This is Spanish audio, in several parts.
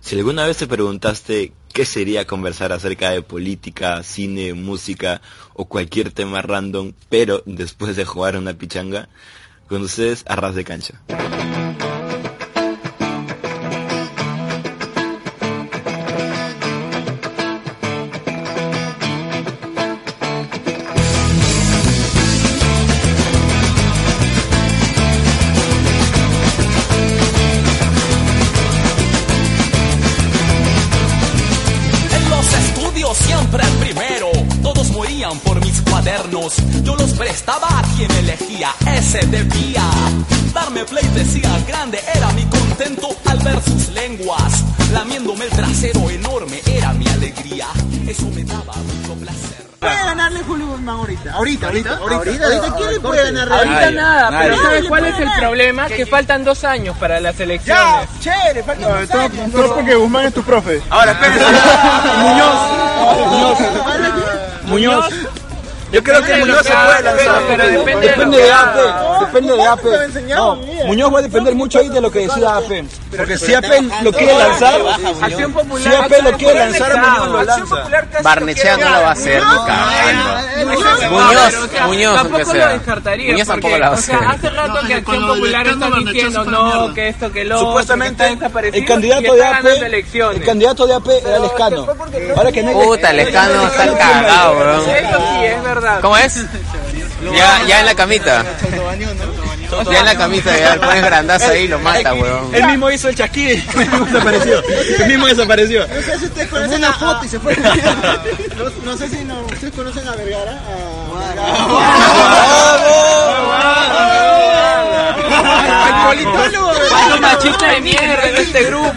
Si alguna vez te preguntaste qué sería conversar acerca de política, cine, música o cualquier tema random, pero después de jugar una pichanga, con ustedes a ras de cancha. En los estudios siempre el primero. Todos morían por mis cuadernos. Yo los prestaba a quien elegía. Ese debía darme play. Decía grande era mi contento al ver sus lenguas. Lamiéndome el trasero enorme era mi alegría. Eso me daba mucho placer. puede ganarle Julio Guzmán ahorita? Ahorita, ahorita, ahorita. Ahorita, ahorita, ¿Quién le puede ganarle? Ahorita Nadie, nada, nadie. pero ¿sabes cuál es el Nadie. problema? Que faltan dos años para las elecciones. Ya, chévere, falta dos años. No, porque Guzmán es tu profe. Ahora, Muñoz. Muñoz. Yo creo que Muñoz se puede lanzar. Pero depende de Depende lo que de haga. AP, depende de AP. No, Muñoz va a depender mucho ahí de lo que decida AP. Porque si AP lo quiere lanzar, Acción Popular. Si AP lo quiere lanzar, Acción Muñoz lo Acción lanza. Popular casi lo Barnechea quiere no la va a dar. hacer ni cagando. Muñoz, Muñoz, Muñoz, aunque tampoco sea. lo descartaría. Muñoz porque, tampoco la va a o sea, hacer. hace rato que Acción cuando Popular detectan está a Barnechea diciendo se fue a la no, mierda. que esto, que lo otro, supuestamente que está desaparecido el candidato y de está ganando AP, elecciones. el candidato de AP era Pero Lescano. se fue porque no- Ahora que no es Puta, Lescano está cagado, bro. Eso sí, es verdad. ¿Cómo es? Ya, ya en la camita. Ya en la camita, ya le pones grandazo ahí y lo mata, weón. Él mismo hizo el chasquí, el mismo desapareció. El mismo desapareció. No sé si ustedes conocen la foto y se fue. No, no sé si no, ustedes conocen a Vergara. El politólogo, ¿verdad? machista de mierda en este grupo.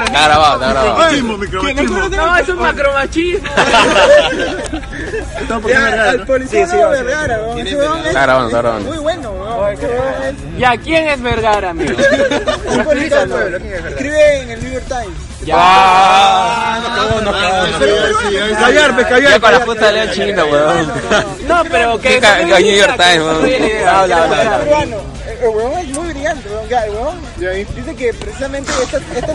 Está grabado, está grabado. No, es un macromachismo. Al politólogo Vergara. weón. Ese weón es- Está grabando, está grabando. Muy bueno, weón. Ese weón es Ya, ¿quién es Vergara, amigo? un politólogo. Escribe en el New York Times. Callar, pues, callar. Ah, Ya con la puta de Leo Chino, weón. No, pero que... Qué ca- que- ca- New York que- Times, weón. que- que- Habla, habla, habla. peruano. El el huevón es muy brillante, huevón. Ya, el huevón dice que precisamente esta... esta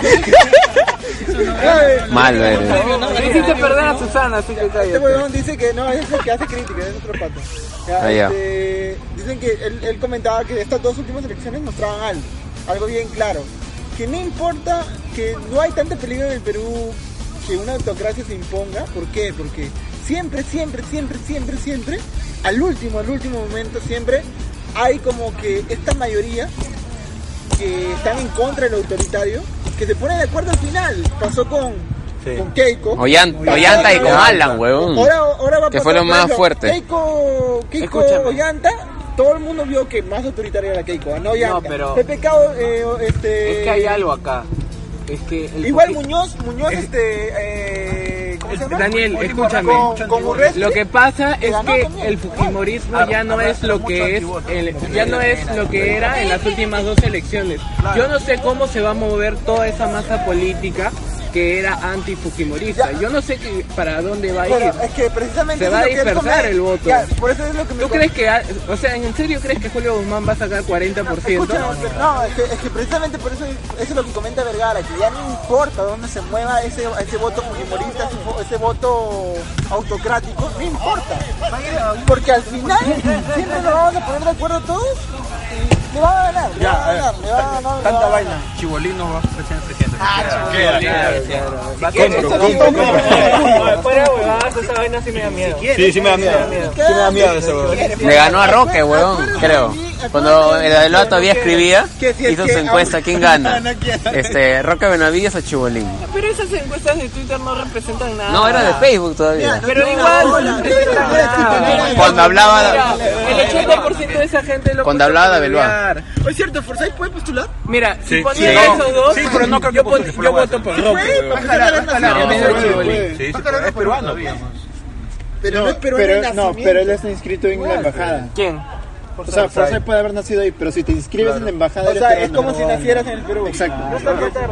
Ay, Mal, weón. Me hiciste perder a Susana, así que Este cállate. huevón dice que no, es el que hace crítica, es otro pato. este, Ah, ya. dicen que él, él comentaba que estas dos últimas elecciones mostraban algo, algo bien claro. Que no importa que no hay tanto peligro en el Perú que una autocracia se imponga. ¿Por qué? Porque siempre, siempre, siempre, siempre, siempre, al último, al último momento, siempre hay como que esta mayoría que están en contra del autoritario, que se ponen de acuerdo al final. Pasó con, con Keiko. Ollan- Ollanta y con Alan, weón. Ahora, ahora va a Que pasar, fue lo por más ejemplo, fuerte. Keiko, Keiko Escúchame. Ollanta, todo el mundo vio que más autoritaria era Keiko, ah, no Ollanta. No, pero- Pepe Cao, eh, o- este... Es que hay algo acá. Es que... el Igual poquito- Muñoz, Muñoz, este... Eh, ¿Cómo se llama? Daniel, Con- escúchame. Con, con Urresti. Lo que pasa es ganó que también. el fujimorismo ya no es lo que es, el- ya no es lo que era en las últimas dos elecciones. Yo no sé cómo se va a mover toda esa masa política que era anti-fujimorista. Yo no sé que- para dónde va a Pero ir. es que precisamente... Se va a es lo que él dispersar come- el voto. Ya, por eso es lo que me ¿Tú crees que, ha- o sea, en serio crees que Julio Guzmán va a sacar 40%? Escucha, es que- no, es que, es que precisamente por eso, eso es lo que comenta Vergara, que ya no importa dónde se mueva ese, ese voto fujimorista, ese, vo- ese voto autocrático, no importa. Porque al final siempre nos vamos a poner de acuerdo todos y le va a ganar, le va a ganar, le va a ganar. eh, Tanta vaina. Fuera de huevadas, esa vaina sí me da miedo. Sí, sí me da miedo. Sí me da miedo ese weón. Le ganó a Roque, weón, creo. Y Cuando el Adeloa todavía escribía, que si es hizo que su encuesta, aún- ¿quién gana? gana, ¿quién? Este, ¿Roca Benavides o Chibolín? Pero esas encuestas de Twitter no representan nada. No, era de Facebook todavía. Pero igual, no representan nada. Cuando hablaba... El 80% de esa gente lo puso Cuando a hablaba de Belua. pelear. Es cierto, Forsyth puede postular. Mira, si sí. ponían esos dos, Sí, pero no creo que yo, postule pon- por la yo guasa. voto por Roque. Puede, weón. para ganar la nacional. medio Puede, chibolín. puede. Sí, es peruano. Pero no es peruano de Pero, no, nacimiento. pero él está inscrito en la embajada. ¿Quién? O sea, Forsyth puede haber nacido ahí, pero si te inscribes en la embajada, O eres sea, es peruano. como si nacieras en el Perú. Exacto. ahorita?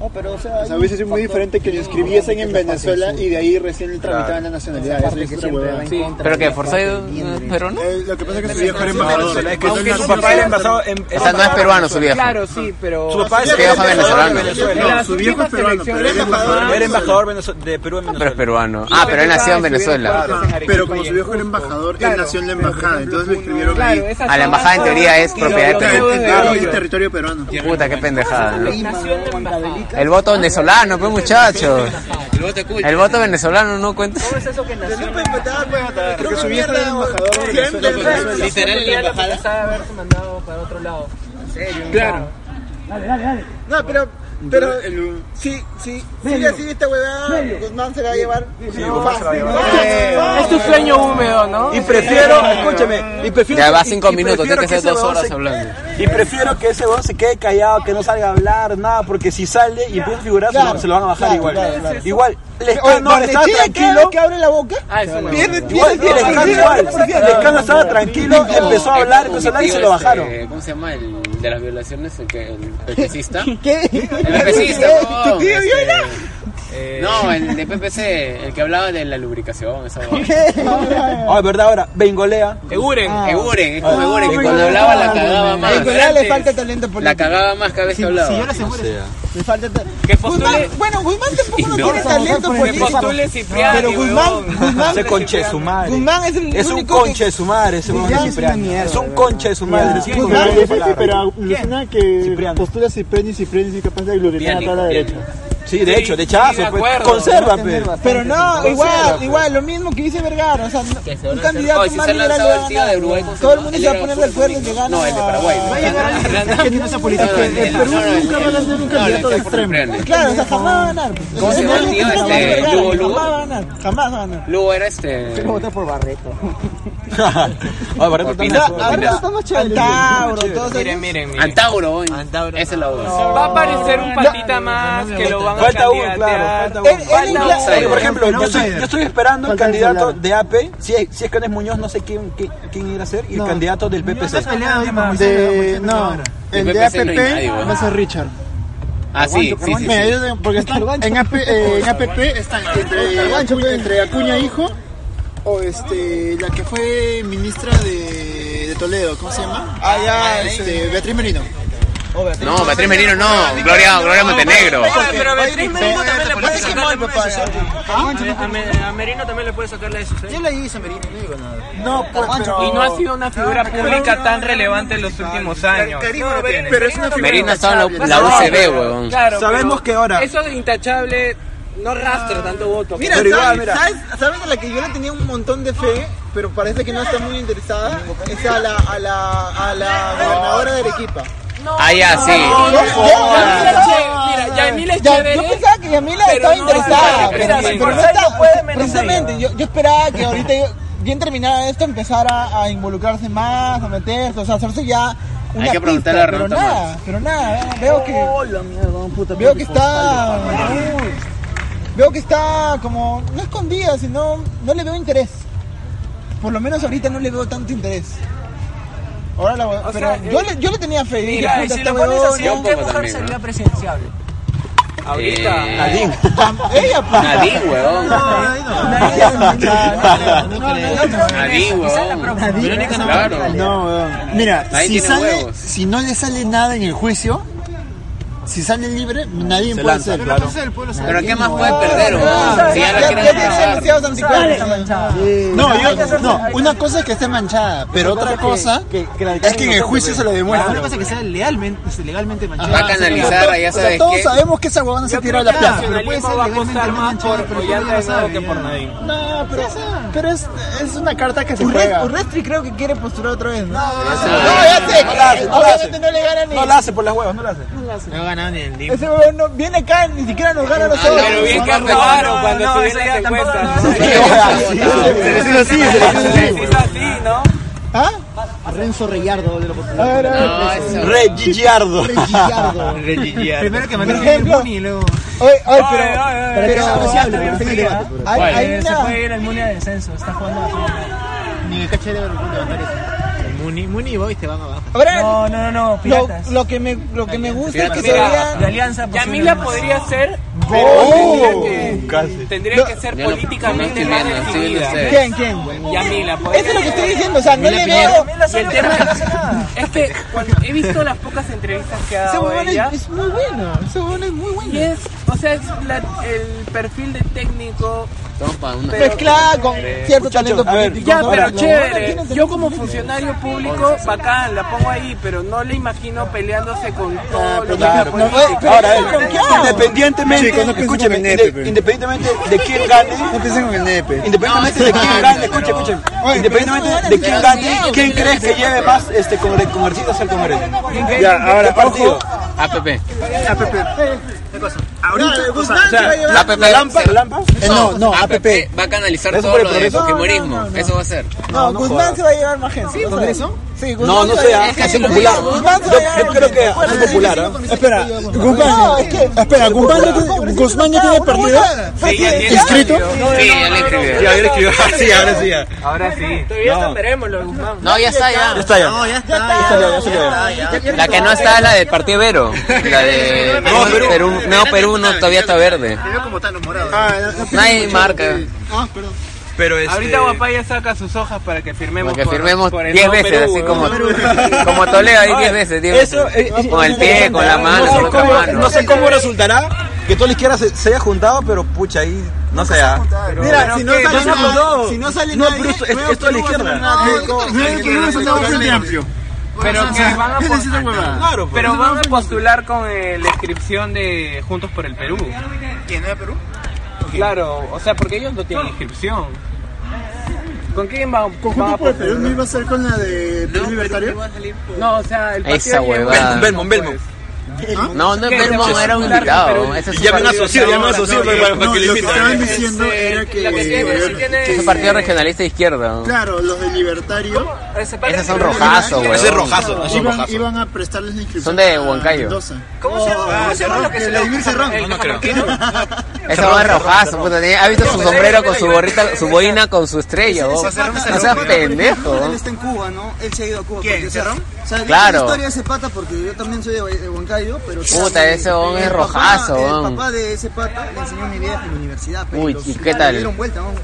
No, pero, o sea, hubiese sido muy diferente que lo inscribiesen en Venezuela y de ahí recién le tramitaban la nacionalidad. Eso es otra huevada. Sí. Pero que Forsyth no es peruano. Lo que pasa es que Su viejo era embajador. Es que Aunque su no papá sea- era embajador. O sea, no es peruano su viejo. Claro, sí, pero... Su papá Es que ellos son venezolanos. Venezuela. No, su viejo es peruano, pero él es No, Era embajador venezol- de Perú en Pero es Venezuela. peruano. Ah, pero él nació en Venezuela. Pero como su viejo era embajador, él nació en la embajada, entonces le escribieron ahí. Claro, esas A la son embajada en las teoría cosas. es Y los- propiedad los de- nuevos de Claro, ellos. es territorio peruano. Puta, qué pendejada. ¿no? Nació en la embajada. El voto venezolano, pues muchachos. El voto venezolano no cuenta. pues, Creo que su viejo era embajador. Siempre. Literal en la embajada. haberse mandado para otro lado. Claro. No, pero... Pero sí, sí, sigue así esta huevada, Guzmán se la va a llevar. Fácil, fácil, Es tu sueño húmedo, ¿no? Y prefiero, escúchame, y prefiero. Ya va y- cinco y minutos, prefiero tiene que ser dos ese huevón horas se- hablando. Y prefiero que ese huevón se quede callado, que no salga a hablar, nada, porque si sale y empieza a figurar, se lo- se lo van a bajar claro, igual. claro, claro. Igual, Oye, Lescano estaba Barnechea, cada vez tranquilo. que abre la boca, Ah, es un pierde, Igual, pierde. Lescano igual. Lescano estaba tranquilo, empezó a hablar, empezó a hablar y se lo bajaron. este, ¿Cómo se llama el de las violaciones? El, que, el PPCista. ¿Qué? El PPCista. ¿Tu tío viola? No, el de PPC, el que hablaba de la lubricación. Esa Ah, verdad, ahora, Bengolea. Eguren. Eguren, es como Eguren, que cuando hablaba la cagaba más. Nicolás le falta talento La político. cagaba más cada vez que hablaba. Le falta ta- Que postule... Guzmán, bueno, Guzmán tampoco no no. tiene talento Que político. postule Cipriani, Pero Guzmán, Guzmán, Ese conche de su madre. Guzmán es el Es un único que- conche de su madre, ese huevón de Guzmán es una Cipriano. mierda, Es un conche de su madre. sí, con Pero, la sí, sí, palabra. Pues, pero alucina que Cipriano. postula Cipriani, Cipriani, capaz de glorificar a toda la derecha. Sí, de hecho, de Sí, de chazo, pues. acuerdo. Conserva, pues. Pero no, igual, igual, lo mismo que dice Vergara, o sea, no- un candidato Oye, si más pues, se ha liberal lanzado el le tío va a de ganar. Uruguay. ¿cómo Todo el se mundo llama? se va a Él poner era de acuerdo en que gana. No, el de Paraguay. Va a llegar alguien- Es que tiene esa política No, que el- el el- Perú no, el- nunca va a lanzar un candidato de extremo. Claro, o sea, jamás va a ganar. ¿Cómo se llama el tío? Jamás va a Este, ganar, Lugo, Lugo. Jamás va a ganar, jamás va a ganar. Luego era este. Ah, barato está Opina. mejor. Ahora estamos chéveres. Antauro, todos Miren, ellos. miren, miren. Antauro, hoy. Ese es la voz. Va a aparecer un patita más que lo van a Falta uno, candidatear. claro. Falta Él- uno. él en la- Porque, por ejemplo, yo estoy, outsider. yo estoy esperando el Falta el candidato Solana. de AP. Si es, si es que no es Muñoz, no sé quién, quién, quién irá a ser. Y el candidato del PPC. De, no, el de PPC no hay nadie, APP weón. va a ser Richard. Ah, sí, sí, sí. Mira, sí. ellos de- porque están en, AP, eh, en APP están entre, Acuña, entre Acuña hijo o este la que fue ministra de, de Toledo, ¿cómo se llama? Ah, ya, este, Beatriz Merino. No, Beatriz Merino no. Gloria, Gloria Montenegro. Pero eh, Beatriz Merino también le puede sacar la de su A Merino también le puede sacar la de su Yo la hice Merino, no digo nada. No, pues, pero... Y no ha sido una figura pública tan relevante en los últimos años. No, Merino- Pero es una Merino estaba en la, la UCB, huevón. Claro, Sabemos pero que ahora- Eso de intachable no rastra tanto voto. Mira, Pero igual, ¿sabes, mira. ¿sabes, sabes a la que yo le tenía un montón de fe, pero parece que no está muy interesada? Es a la, a la, a la gobernadora de Arequipa. Ah, ya, sí. Yo- yo- Yamila Che- mira, Yamila es Ya, chévere, Yo pensaba que Yamila pero estaba no interesada, está pero, interesada. pero no Por está- algo puede menos precisamente, yo, yo esperaba que ahorita, bien terminada esto, empezara a involucrarse más, a meterse, o sea, hacerse ya una Hay que preguntarle pista, a pero Renato nada, Más. pero nada, veo que... Veo que está... Uy. Veo que está como, no escondida, sino no le veo interés. Por lo menos ahorita no le veo tanto interés. Ahora la voy- pero sea, eh, yo, le, yo le tenía fe. dije, Mira, y puta, si esta lo pones así, huevona. ¿qué Tampoco mujer también, sería ¿no? presidenciable? Ahorita. Eh, Ella, pues. pa. Nadie, huevón. Nadie, huevón. Claro. No, weón. Mira, Ahí si tiene sale, huevos. si no le sale nada en el juicio, si sale libre, nadie Se puede lanza, hacer. claro. Pero Pero ¿qué más puede perder, huevón? Si ya la quieren lanzar. No, yo, no, una cosa es que esté manchada, pero otra cosa es que en el juicio se lo demuestra. pues. Una cosa que sea legalmente, pues, legalmente manchada. Va a canalizar, ya O sea, sabes todos qué. sabemos que esa huevona se tiró a la plaza. Pero puede ser legalmente manchada, pero ya lo sabe. Que por No, pero, pero es, es una carta que se juega. Urrestri creo que quiere postular otra vez. No, No, ya sé, No la hace, no la obviamente no le gana ni. No la hace por las huevas, no la hace. no ganado ni el Ese huevón no viene acá, ni siquiera nos gana a nosotros. Pero bien que robaron cuando estuvieron las encuestas. Se les así, se Les hizo así, ¿no? ¿Ah? A Renzo Reyardo de la A ver, a ver. Re Gigiardo. Regillardo. Primero que mandó Por ejemplo. y luego. Oye, oye, Oye, oye, pero. oye, pero pero- no, pero- hable, pero- tenga pero- debate. Hay, hay Se una. puede ir al Muni a descenso, está jugando Ni el caché de levantar eso. Muni, Muni y Boys te van abajo. Ahora, No, no, no, no, lo, piratas. lo que me, lo que me gusta es que se Mira, De vea. alianza. Yamila podría ser, pero Oh, tendría que- tendría que ser Ya lo- políticamente no más estoy viendo, estoy viendo decidida. ustedes. ¿Quién, quién? Yamila, podría Eso es lo que ser. estoy diciendo, o sea, no le veo. Y el tema es que cuando he visto las pocas entrevistas que ha Ese dado huevón es, ella, es muy bueno. Ese huevón es muy bueno. y es, o sea, es la- el perfil de técnico, Toma, una- pero Mezclada con cierto talento a ver, político. Ya, Ahora, pero lo bueno chévere. tiene talento Yo como político. funcionario público, bacán, la pongo ahí, pero no le imagino peleándose con Ah, todo lo que Claro, la no, política. eh, ahora, eh, bronqueado. independientemente, Chicos, no piensen escúcheme, con el nepe, inde- pero. independientemente de quién gane, No piensen con el nepe. independientemente de quién gane, escúcheme, escúcheme, Oye, pero independientemente eso de no quién gana, gane, ¿quién crees que lleve más este congre- congresistas al Congreso? Ya, ahora, ¿Qué partido? APP. Ahorita, Guzmán se va a llevar. APP. ¿Lampa? ¿Lampa? Eh, No, no, APP. APP va a canalizar ¿Eso todo por el lo de progreso? fujimorismo. Eso va a ser. No, Guzmán se va a llevar más gente. ¿Sí, Congreso? Sí, Guzmán. No, no se va a sea, llevar- es popular. Guzmán se Yo, va a llevar yo más creo gente. que es popular, ¿ah? Espera, Guzmán. No, es que. Espera, Guzmán ya tiene- Guzmán ya tiene partido. ¿Inscrito? Sí, ya le escribí. Ya, ya, ya, sí, ahora sí, ya. Ahora sí. Todavía veremos lo de Guzmán. No, ya está, ya. Está ya. No, ya está, ya está, ya está, ya está, La que no está es la del partido Vero. La de No, Perú. Perú. No, Perú no, todavía está verde. Te veo como tan morado. Nadie marca. Pero este... Ahorita Guapaya saca sus hojas para que firmemos. Porque por- firmemos por el 10 no veces, Perú, así ¿no? como, como Toledo, ahí 10 veces, 10 Eso, veces. eh, Con el pie, con la mano, no con sé la otra cómo, mano. no sé cómo resultará que toda la izquierda se, se haya juntado, pero pucha, ahí no sé. ah. Mira, si no ¿qué? sale No, nadie- no. si no sale No, nadie, pero esto- es- nuevo esto es la Perú va a izquierda. tener nada. Pero que van a postular, Claro, pues. pero van a postular con eh, la inscripción de Juntos por el Perú. ¿Quién no era Perú? Claro, o sea, porque ellos no tienen inscripción. ¿Con quién van, van a Pero postular? no iba a ser con la de Perú Libertario. No, o sea, el partido pues, Esa de- huevada. Belmont, Belmont. No, no es ¿Qué? Belmont, era un Largo, invitado. pero- Ese Ya es un me han partido, asociado, ya me han asociado no, para, para no, que le lo que estaban inviten. diciendo Ese- era que, la que tiene- sí tiene- ese partido regionalista de izquierda. claro, los de Libertario Ese partido- Esos son rojazos, huevón. Ese es rojazo, ese es iban, rojazo. iban a prestarles la inscripción. Son de a Huancayo. Mendoza. ¿Cómo se llama? ¿Cómo se llama lo que se Vladimir Serrón. El- No creo. Esa va de rojazo, puta. tenía- Ha visto su sombrero con su gorrita, su boina con su estrella, vos. No seas pendejo. Él está en Cuba, ¿no? Él se ha ido a Cuba. ¿Quién, porque, o sea, Cerrón? O sea, Claro. la historia de ese pata, porque yo también soy de, de Huancayo, pero... Puta, ese huevón es el rojazo, papá, huevón. El papá de ese pata le enseñó mi vida en la universidad. pero Uy, los- ¿y qué tal? Le dieron vuelta, huevón.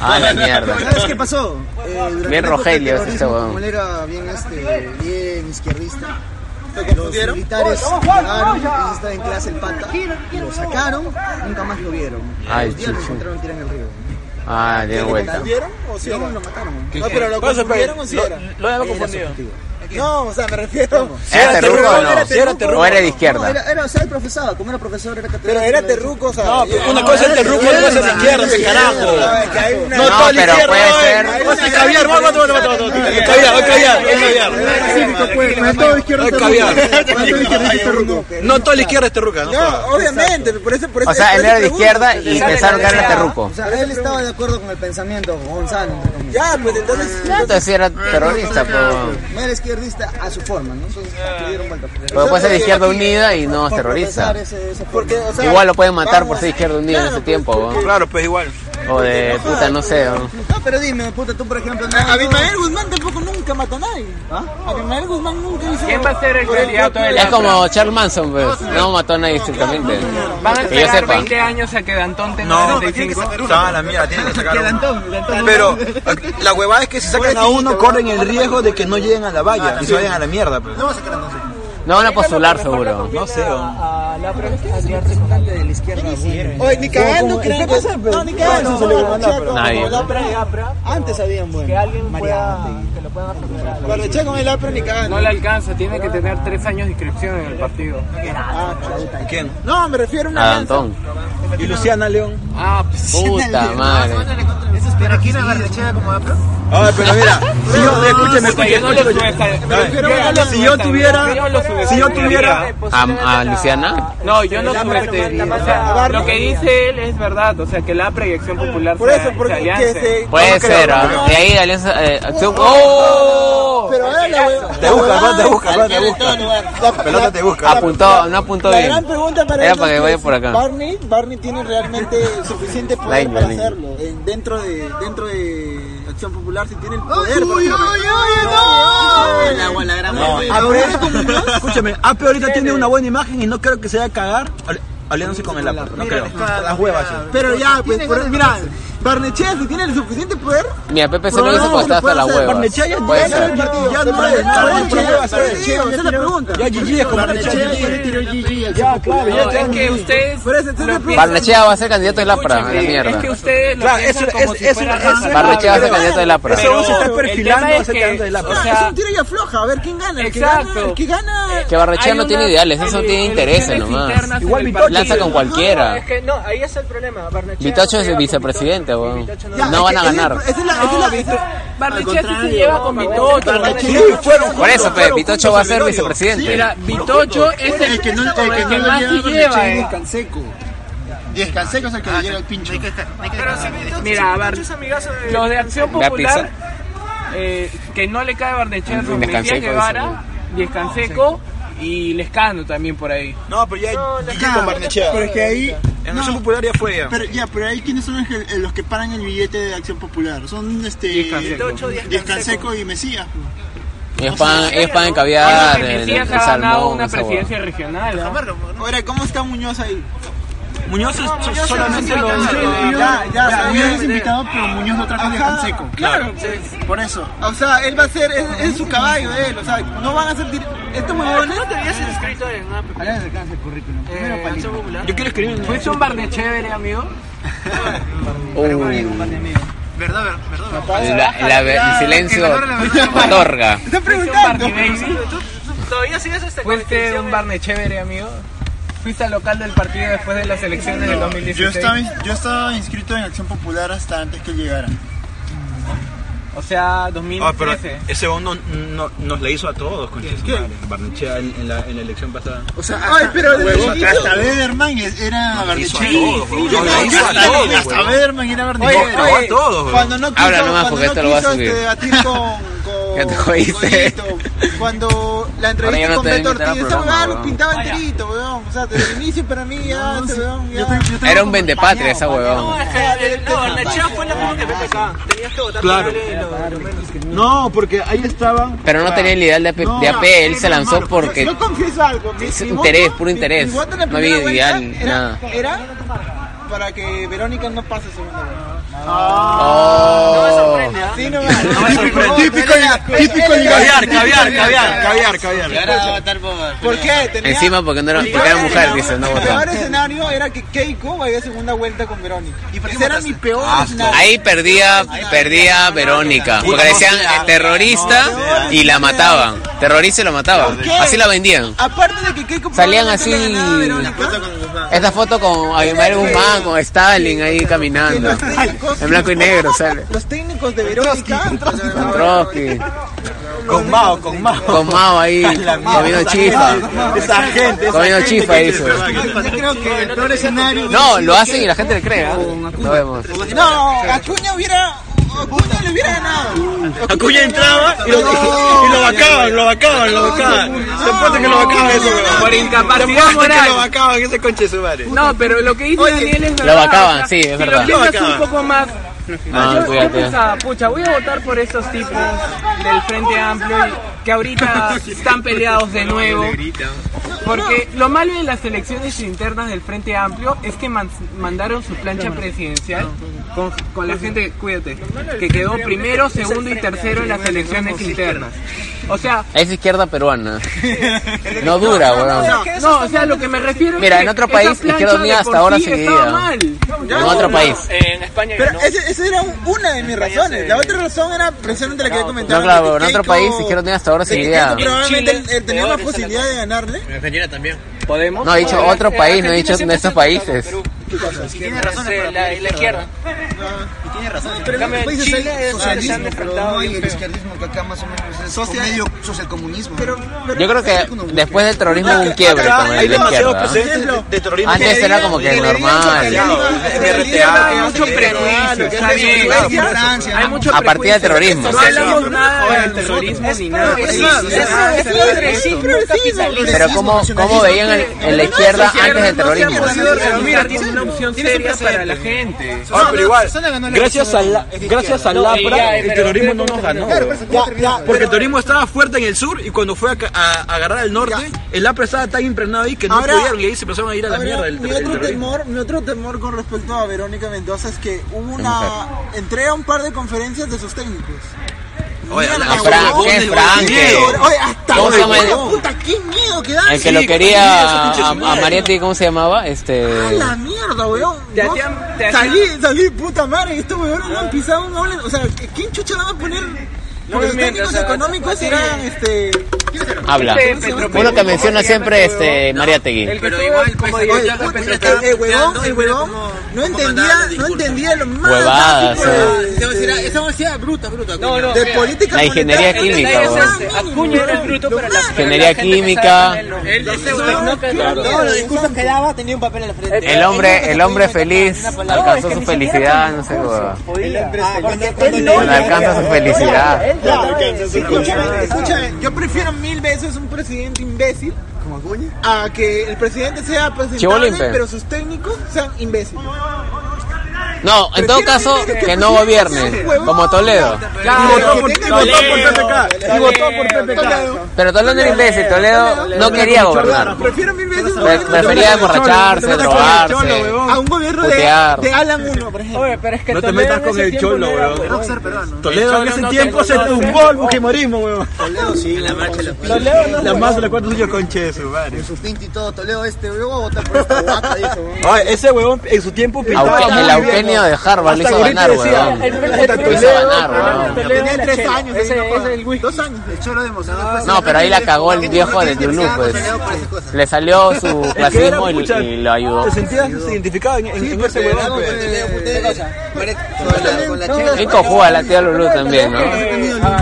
Ah, la Pero, mierda. ¿Sabes qué pasó? Eh, durante Bien la época Rogelio del es este terrorismo, huevón. Como él era bien, este, bien izquierdista. Los militares llegaron, entonces estaba en clase el pata, lo sacaron, nunca más lo vieron. Ay, Los días lo chuchu. encontraron tirado en el río. Ah, de vuelta. ¿Confundieron o sí? No, lo mataron. No, pero lo confundieron o sí era. Lo había confundido. No, o sea, me refiero. ¿Era terruco o era terruco. no? ¿O era de No, izquierda? era, era, o sea, el profesor, como era profesor, era Pero catedrático. era terruco, o sea. No, pues, una cosa es terruco, otra cosa es de izquierda, ese carajo. que hay una- No, No, todo el pero izquierdo, puede eh. ser. Vamos a caviar, vamos, vamos, vamos, vamos, vamos. Voy a caviar, voy a caviar, voy a caviar. Pacífico, pues, para todo izquierdo Ay, es caviar. terruco. Para todo izquierdo es terruco. No, toda la izquierda es terruca, no jodas. No, obviamente, por eso, por eso. O sea, él por eso era de pregunto. izquierda y pensaron que era terruco. O sea, él estaba de acuerdo con el pensamiento, Gonzalo, entre comillas. Ya, pues entonces. Entonces sí era terrorista, pero... No era izquierdista a su forma, ¿no? Entonces le dieron vuelta. eh, Pero puede ser de izquierda unida y no es terrorista. Porque, o sea, Igual lo pueden matar por ser eh, izquierda unida en ese tiempo, ¿no? Claro, pues igual. O de puta, no sé. ¿no? pues, No, pero dime, puta, tú por ejemplo. No, ¿Ah? Abimael Guzmán tampoco nunca mató a nadie. Abimael Guzmán nunca hizo. ¿Quién va a ser el por el candidato de Es la como Charles Manson, pues. No mató a nadie estrictamente. Van a Que yo esperar sepa. 20 años a que Dantón tenga No, 35. no, la mierda, tiene que sacar Que una. Dantón, Dantón. Pero la huevada es que si sacan a uno, corren el riesgo de que Ah, no lleguen a la valla y se vayan a la mierda. pues. No va a sacar a Dantón. No van a postular seguro. No sé. A la representante de la izquierda. Oye, ni cagando ¿Cómo- creen qué que- pasa, pero? No, ni cagando No, se le no, ganó a no, Chaco. Nadie. Como Lapra y Apra. Antes habían, bueno. Que alguien que lo puedan Pero el Chaco no es Lapra ni cagando. No le alcanza, tiene que tener tres años de inscripción en el partido. ¿Quién? No, me refiero a A una lanza. Antón. Y Luciana León. Ah, Puta madre. ¿Pero quién es Barrechea como Apra? Ah, pero mira, si yo, escúcheme, puta, yo no escúcheme, lo escúcheme. subestim- Ay, yo no Si yo lo subestim- yo no lo tuviera, si yo tuviera, subestimaría. ¿A, a Luciana? No, yo no La subestimaría. Marta- O sea, la Marta- lo que dice él es verdad, o sea, que la proyección popular Por sea- eso, porque se que aliance. se... Puede no creo, ser, no ¿ah? creo. De ahí Alianza. eh, acción. ¡Oh! eh, Pero ahora la te busca, no te busca, no te busca. La- La pelota la- te Ah, busca. Apuntó, no apuntó La bien. gran pregunta para Era ellos para que es, vaya por acá. Barney, Barney tiene realmente suficiente poder Line, para line. hacerlo. En- dentro de dentro de Acción Popular si tiene el poder. ¡Uy, para uy, uy, hacerlo. uy! ¡No! agua, la gran Ah, pero eso como plan, Escúchame, Ape ahorita tiene una buena imagen y no creo que se vaya a cagar al- aliándose con el Ape. No creo. Las huevas. sí. Pero ya, pues, por- mira, Barnechea si tiene el suficiente poder. Mira, Pepe solo dice cuando está hasta la hueva. Barnechea ya Puede ya- ser. ya no es. ya Barnechea, es. Barnechea, esa es la pregunta. Ya Gigi es como Barnechea. Ya, claro. No, es que ustedes Por eso, esa es la pregunta. Barnechea va a ser candidato de Lapra, a la Escúchame, eh, Es mierda. que ustedes lo Claro, piensan eso- como es- si es fuera una- es una- Barnechea va a ser Pero- candidato de Lapra. Eso Pero se está el perfilando tema es a ser que- candidato de Lapra. o Ah, sea, es un tiro y afloja, a ver quién gana. El que Exacto. gana, el que gana. Que Barrechea hay no tiene unas ideales, eso ele- tiene intereses elecciones nomás. internas Igual en el Vitocho. partido. Lanza con cualquiera. Es que no, eh, ahí es el problema. Barnechea Vitocho no es se el lleva con vicepresidente, Vitocho, weón. y Vitocho Ya, No van a ese es el- ganar. Esa es la. esa es la- Barnechea sí se lleva con Vitocho. Sí, Barnechea- fueron. Por eso, Pepe, fueron Pitocho juntos va a al ser velorio. vicepresidente. Mira, Vitocho es El que el no, el que el no que lo más lleva se Barnechea lleva. es eh. Canseco. Diez Canseco es el que le llega el pincho. Pero si Vitocho- Mira, a ver, Vitocho es amigazo eh, de- Los de Acción Ve a Popular, eh, que no le cae Barnechea, son Descanseco, Mejía dice, Guevara, Descanseco y Lescano también por ahí. No, pero ya hay Gigi con Barnechea. Pero es que ahí. En no, Acción Popular ya fue ya. pero, ya, pero ahí quiénes son los que, los que paran el billete de Acción Popular. Son este. Diez Canseco. Diez Canseco y Mesías. Ellos pagan, ellos pagan Ahora caviar, que el, Mesías el ha ganado salmón, una esa hueva. presidencia regional. ¿no? Ahora, ¿cómo está Muñoz ahí? Muñoz es solamente lo. Ya, ya, Ya, ya, Muñoz es ya. invitado, pero Muñoz lo trajo de Ajá, Canseco. Claro. Por eso. O sea, él va a ser, es, es su caballo de él, o sea, no van a ser dir- estos huevones. Eh, Yo quiero escribir un. ¿Fuiste un Barnechévere, amigo? La- la- el silencio otorga. Están ¿Fuiste un preguntando. Barney Todavía sigues este ¿Fuiste un Barnechévere, amigo? ¿Fuiste al local del partido después de las elecciones del Yo 2016? estaba, yo estaba inscrito en Acción Popular hasta antes que llegara. O sea, Ah, pero 2013. ese uno no, nos la hizo a todos con Barnechea en, en la, en la elección pasada. O sea, hasta, Ay, pero hasta Bederman era hizo a Barnechea. todos, huevón. Nos la hizo a Hasta- todos, Hasta huevón. Bederman era Barnechea. Oye, Pero a todos, huevón. Cuando no quiso, Habla nomás, cuando porque no esto lo va a quiso, subir. este, debatir con, Ya te con jodiste. Goyito, cuando la Ahora ya entrevista no con te Beto invitan al Ortiz, ese programa, huevón lo weón. pintaba Ah, enterito, weón. O sea, desde el inicio para mí ya, ese weón ya. Era un vendepatria esa huevón. No, Barnechea fue la misma que PPK. Tenías que votar Claro. por él, lo- lo menos. No, porque ahí estaba. Pero no tenía el ideal de AP, de AP, él se lanzó porque... Yo confieso algo. mi- Es mi interés, voto- puro mi- interés. mi voto en la No había primera vuelta ideal, era- nada. Era para que Verónica no pase segunda vuelta. Oh. Así nomás. Típico, Típico, típico Caviar, caviar, caviar, caviar, caviar. ¿Por qué? Tenía- Encima porque no era, porque era mujer, dice, no El votó. peor escenario era que Keiko vaya a segunda vuelta con Verónica. Ese era mi peor escenario. Ah, Ahí perdía, perdía Verónica, porque le decían eh, terrorista y la mataban. Terrorista y la mataban. Así la vendían. Aparte de que Keiko Salían probablemente así- le ganaba a Verónica, Esta foto con Abimael Guzmán, con Stalin ahí caminando. En blanco y negro sale. los técnicos de Verónica Con Trotsky, Con Mao, con Mao. con Mao ahí, comiendo chifa. Esa gente, esa Comiendo gente chifa, que- dice. yo creo que el peor escenario No, lo hacen y la gente le cree. ¿ah? Nos vemos. no Acuña hubiera Acuña le hubiera ganado Acuña entraba y lo, y lo vacaban, lo vacaban, lo vacaban. Se puede que lo vacaban eso, weón. Por incapacidad Se puede que moral. lo vacaban ese conche de su madre. No, pero lo que dice Daniel es verdad. vacaban, o sea, sí, es si verdad. Ah, Lo piensas Lo un poco más. No, yo, yo cuídate. pensaba, pucha, voy a votar por esos tipos del Frente Amplio y- que ahorita están peleados de nuevo. Porque lo malo de las elecciones internas del Frente Amplio es que man- mandaron su plancha presidencial Ah, con, con la gente, cuídate, que quedó primero, segundo y tercero en las elecciones internas. O sea, Es izquierda peruana. No dura, weón. No, o sea, lo que me refiero es Mira, que en otro esa país, la plancha izquierda unida de hasta por ahora sí se estaba dividía. mal. En otro país. En España Pero esa esa era un- una de mis razones. La otra razón era precisamente la que he comentado. No, claro, en otro país, izquierda unida hasta ahora se dividía. Probablemente él- él tenía la posibilidad de ganarle. En Argentina también. Podemos. No, he dicho otro país, no he dicho de estos países. Y tiene razón la, la izquierda. Y tiene razón. Pero en otros países hay socialismo, pero no hay el izquierda. izquierdismo que acá más o menos es Socia- medio socialcomunismo. Pero, Yo creo que después del terrorismo hubo un quiebre acá con hay el de demasiados izquierda. ¿ah? precedentes ¿no? de terrorismo. Antes Que era digan- como que que digan normal. hay mucho prejuicio, está bien. Hay mucho A partir del prejuicio. terrorismo. No hablamos nada del terrorismo ni nada. por el progresismo, estilo. es progresismo, Pero cómo, cómo nacionalismo, veían el- en la izquierda antes del terrorismo. Pero mira, tiene una opción seria para la gente. Ah, pero igual, gracias a la, gracias a No, Lapra, ya, el pero- terrorismo no nos ganó. Claro, weón. pero eso fue porque el terrorismo estaba fuerte en el sur y cuando fue a, ca- a- a agarrar el norte, el Lapra estaba tan impregnado ahí que no Ahora- pudieron y ahí se empezaron a ir a la Ahora, mierda el, mi ter- el otro terrorismo. temor mi otro temor con respecto a Verónica Mendoza es que hubo una entré a un par de conferencias de sus técnicos Oye, Mira, la- Fran- huevón, qué de- Fran, qué- qué- oye, hasta ¿Cómo se llama huevón, el- puta qué miedo que da El que lo quería a, a Marietti, ¿cómo se llamaba? Este. a la mierda weón Eh, Te No, hacían- te hacían- salí salí puta madre estos weones no han pisado un doble o sea ¿quién chucha van a poner No no me los mientas, técnicos o sea, económicos sí. Pues, eran este Habla. Uno que menciona siempre este Mariategui. Pero igual, como digo, el, ya puto, empezó el- el- el huevón, planteando y el mira huevón cómo- no entendía, no entendía lo más Huevadas, básico eh. de- de- Esa universidad bruta, bruta. No, no, de mira, política La ingeniería monetaria. química, El detalle es weón. ese. Acuña era el bruto, pero la Ingeniería química. Él es tecnócrata. Claro. Todos los discursos que daba tenía un papel en la frente. El hombre, el hombre feliz alcanzó su felicidad, no sé, weón. Ah, Cuando alcanza su felicidad. Escúchame, escúchame, yo prefiero mil veces un presidente imbécil a que el presidente sea presentable, Chivolimpe. pero sus técnicos sean imbéciles. No, en todo caso, que no gobierne, como Toledo. Ah, Votó por- votó por PPK. Y votó por PPK. Pero Toledo era imbécil, Toledo no quería gobernar. Prefiero mil veces Pre- un gobierno prefería de- emborracharse, Cholo, drogarse, Cholo, huevón. a un gobierno de, putear. de Alan 1, por ejemplo. pero es que No te metas con el cholo, weón. Toledo en ese tiempo se tumbó el bujimorismo, weón. Toledo sí. La marcha de los Toledo no, La weón. más de la cuarta suya conche su madre. Con su pinta y todo, Toledo este, yo voy a votar por esta guata, dice, weón. Ay, ese huevón en su tiemempo pintaba. Auque- muy el bien, auquenio weón. de Harvard lo Hasta hizo Gurita ganar, decía, weón. el- el- Puta, el- lo hizo Toledo- ganar, weón. Tenía tres años, ese- ahí no ese jodas. el whisky. Dos años. El cholo demostró después. No, pero ahí la cagó el viejo de Yulú, pues. Le salió su Es que era, clasismo y, pucha, y lo ayudó. Te sentías identificado en, en- en ese huevón, pues. Y cojuda la tía Lulú también, ¿no?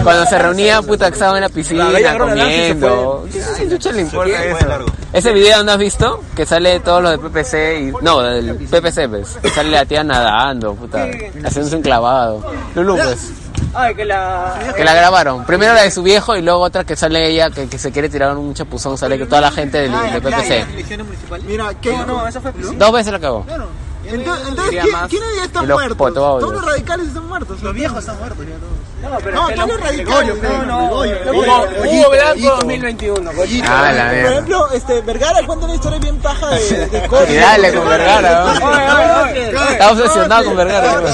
Cuando se reunía, puta, que estaba en la La bella piscina, Lola Lanza se comiendo. ¿Qué qué chucha le importa eso? Ese video no has visto? Que sale todos los de PPC y... No, del PPC, pues. Que Sale la tía nadando, puta. Haciéndose un clavado. Lulú, pues. Ay, que la. Que la grabaron. Primero la de su viejo y luego otra que sale ella que, que se quiere tirar un chapuzón. Sale que toda la gente del, de PPC. Mira, ¿qué? No, esa fue Dos veces la cagó. Entonces, Sería ¿quién, más- ¿quién hoy día está y los muerto? potoaudios. Todos los radicales están muertos. Los viejos están muertos. No, pero No, es que todos lo- los radicales. Gregorio, Gregorio, Hugo- Gregorio. Hugo Blanco 2021. Goyito. Ah, la Por mierda. ejemplo, este, Vergara cuenta una historia bien paja de, de Y Coche. dale con Vergara, ¿no? Está obsesionado con Vergara. ¿no?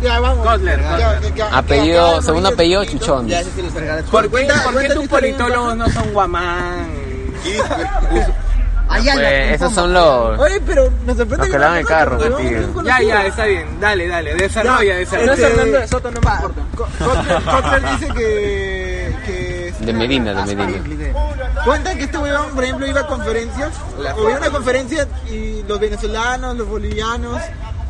Ya, vamos. Ya, ya, ya. Apellido, segundo apellido, Chuchón. Pues, ¿Por qué, por qué tus politólogos no son guamán? Pues, esos son los... Oye, pero me sorprende Los que lavan el carro, tío. Ya, ya, está bien. Dale, dale. Desarrolla, Ya, desarrolla. este- Fernando de Soto, no me importa. Kotler- Kotler dice que, que De Medina, de Medina. cuentan que este huevón, por ejemplo, iba a conferencias. Hubo una conferencia y los venezolanos, los bolivianos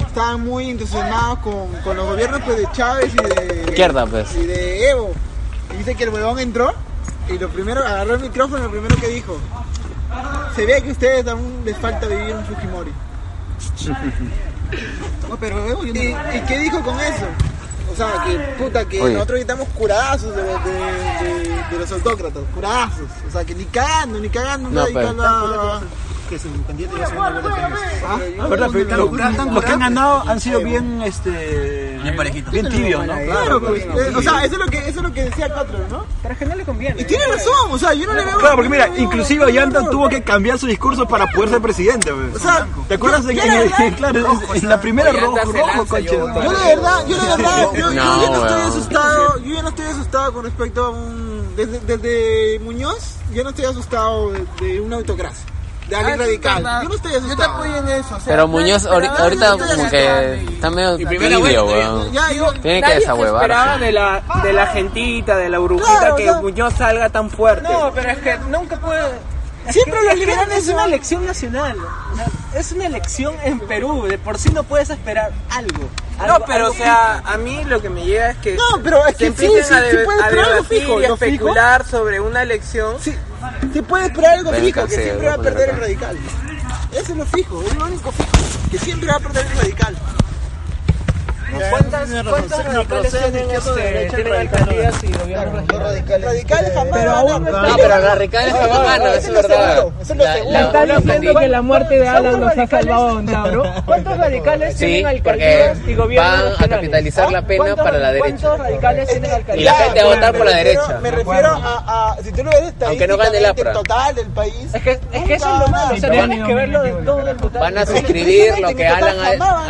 estaban muy entusiasmados con, con los gobiernos pues, de Chávez y de Izquierda, pues. y de Evo. Y dice que el huevón entró y lo primero agarró el micrófono y lo primero que dijo. Se ve que a ustedes aún les falta vivir un Fujimori. No, pero Evo, yo no- ¿Y, y qué dijo con eso? O sea, que puta, que Oye. nosotros estamos curadazos de, de- de- de los autócratas, curadazos. O sea, que ni cagando, ni cagando un No, radical pero- va- que su candidato iba a ser una buena Ah, ¿verdad? Pero Tan lo- curado, tan los que curado. han ganado han sido bien, este... Bien parejitos. Bien tibios, ¿no? Claro, pues, eh, o sea, eso es lo que, eso es lo que decía Cotro, ¿no? Pero que no le conviene. Y tiene razón, o sea, yo no le veo... Claro, porque mira, no, inclusive Ollanta tuvo que cambiar su discurso para poder ser presidente. pues. O sea, ¿te acuerdas yo- de yo que en, la el- verdad- claro, en- en la primera rojo, rojo, conche? Yo la verdad, yo la verdad, yo, yo No, ya no estoy weón. asustado, yo ya no estoy asustado con respecto a un... Desde, desde Muñoz, yo no estoy asustado de, de una autocracia, de alguien Ah, sí, radical. verdad. Yo no estoy asustado. Yo te apoyo en eso. Pero Muñoz ahori- ahorita como que está medio primera vuelta tibio, todavía. weón. Ya, yo- Tiene que nadie se desahuevar. esperaba de la, de la gentita, de la brujita, Claro, que no. Muñoz salga tan fuerte. No, pero es que nunca puede. es Siempre que- lo es que liberan Es eso. una elección nacional. O sea, Es una elección en Perú. De por sí no puedes esperar algo. No, algo- pero algo o sea, a mí lo que me llega es que. No, pero es se que sí, empiezan sí, a sí debe- puede a esperar algo debatir fijo, y a lo fijo. especular sobre una elección. Sí, se puede esperar algo Ven, fijo, que Cancel, siempre voy va a a poner perder el acá. radical. Eso es lo fijo, es lo único fijo, que siempre va a perder el radical. ¿Cuántas, cuántas radicales tienen, este, tienen alcaldías y gobiernos radicales? Radicales jamás Pero van a aún- perder. No, pero los radicales Eso jamás lo ganan, seguro, eso es lo verdad. seguro, eso es lo La- seguro. la- Están la- diciendo la- que la muerte de Alan nos ha salvado a Ontario. ¿Cuántos radicales Sí, porque van a capitalizar la pena para la derecha. ¿Cuántos radicales tienen alcaldes? Y la gente va a votar por la derecha. Me refiero a, a- si tú lo ves Aunque no gane el estadísticamente, el APRA. este total del país. Es que, es que eso es lo malo, o sea, tienes que verlo de todo el total. Van a suscribir lo que Alan ha,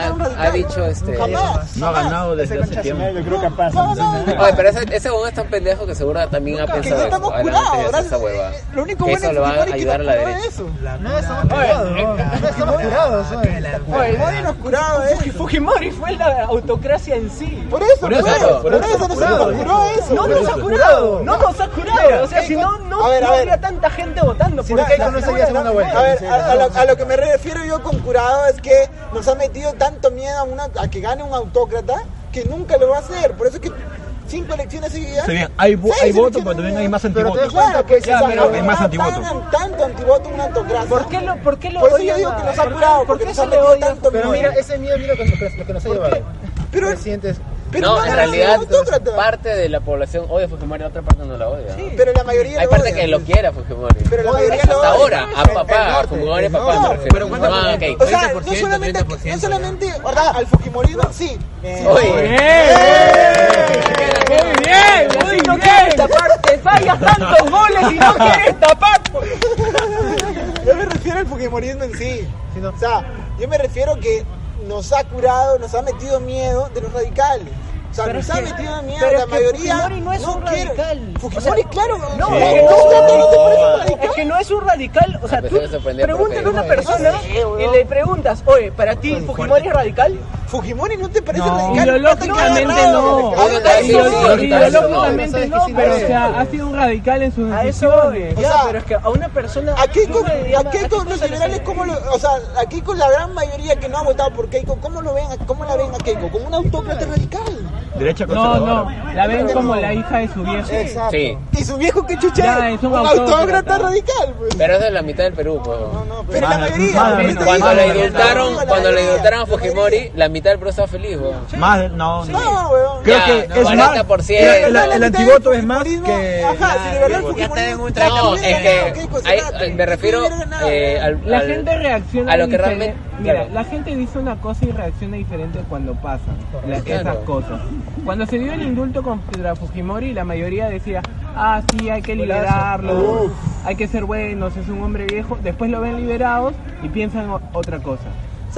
ha- ha dicho este. No ha ganado desde hace tiempo. Yo creo capaz. Oye, pero ese, ese huevón es tan pendejo que seguro también ha pensado no eso. estamos Adelante, curados, ya hace gracias. esa hueva. Eh, Lo único Que bueno eso de lo va a Fujimori es que ayudar a nos la curó de derecha. No estamos curados. No estamos curados. Fujimori nos curaba, ¿eh? Fujimori fue la autocracia en sí. Por eso, Por eso, pues, por nos eso, por ha eso. curado eso. No Por nos ha eso. curado, no nos ha Mira, curado. O sea, eh, si no, no a ver, a no ver. habría tanta gente votando. Si por no, Keiko la- no la- sería la- segunda la- vuelta. A ver, a, a lo, a lo que me refiero yo con curado es que nos ha metido tanto miedo a, una, a que gane un autócrata que nunca lo va a hacer. Por eso es que cinco elecciones seguidas. Sí, bien, hay, vo- seis hay votos, elecciones pero también hay más Pero te antivotos. das cuenta, pues, Ya, o sea, pero hay ahora más tan- antivotos. tanto antivoto una autocracia. ¿Por qué lo, por qué Por eso yo digo que nos ha curado, porque nos ha metido tanto Pero miedo. mira, ese miedo mira con lo que nos ha llevado. Pero sientes. No, en realidad pues, parte de la población odia a Fujimori, la otra parte no la odia. Pero la mayoría Hay lo parte odia. que lo quiera Fujimori. Pero la mayoría Hasta lo odia. ahora, a papá, a norte, Fujimori, a el papá me norte. refiero. Ah, Pero ¿cuánto- No a Keiko. O sea, no solamente, no solamente, ¿verdad? Al Fujimorismo, sí. Oye. ¡Eh! Muy bien, ¡Eh! muy ¡Eh! no quieres tapar, te fallas tantos goles y no quieres tapar. Yo me refiero al Fujimorismo en sí. O sea, yo me refiero que nos ha curado, nos ha metido miedo de los radicales. O sea, Pero nos es ha que- metido miedo pero la es que mayoría. Fujimori no es un quiere- radical. Fujimori, O sea, claro. No, Sí. es que No, no, no te parece un no, radical. es que no es un radical. O sea, tú me sorprendió, pregúntale a profe. una persona y le preguntas, oye, ¿para ti Fujimori es radical? Fujimori no te parece radical. Ideológicamente no. Ideológicamente no, pero o sea, ha sido un radical en sus decisiones. O sea, pero es que a una persona. A Keiko, a Keiko los liberales, ¿cómo lo, o sea, a Keiko la gran mayoría que no ha votado por Keiko, ¿cómo, lo ven, a- cómo la ven a Keiko? Como un autócrata radical. Derecha No, conservadora. no, la ven como la hija de su viejo. Exacto. Sí. ¿Y su viejo que chucha? Ya, es? es un autócrata, autócrata. radical. pues. Pero eso es la mitad del Perú, pues. Pero la mayoría. Cuando le Más de- indultaron, más de- cuando le mayoría, indultaron a Fujimori, la mitad del Perú estaba feliz, weón. Más, de- no, no. No, weón. Creo Ya, que no, es más. 40%. creo que la- el antivoto es más que. Ajá, si liberal Ya Fujimori está en un No, es que ahí- ahí me refiero eh, al, La al- gente reacciona a lo que diferente. realmente. Mira, claro. la gente dice una cosa y reacciona diferente cuando pasan la- Claro. esas cosas. Cuando se dio el indulto contra Fujimori, la mayoría decía, ah, sí, hay que liberarlo, hay que ser buenos, es un hombre viejo. Después lo ven liberados y piensan o- otra cosa.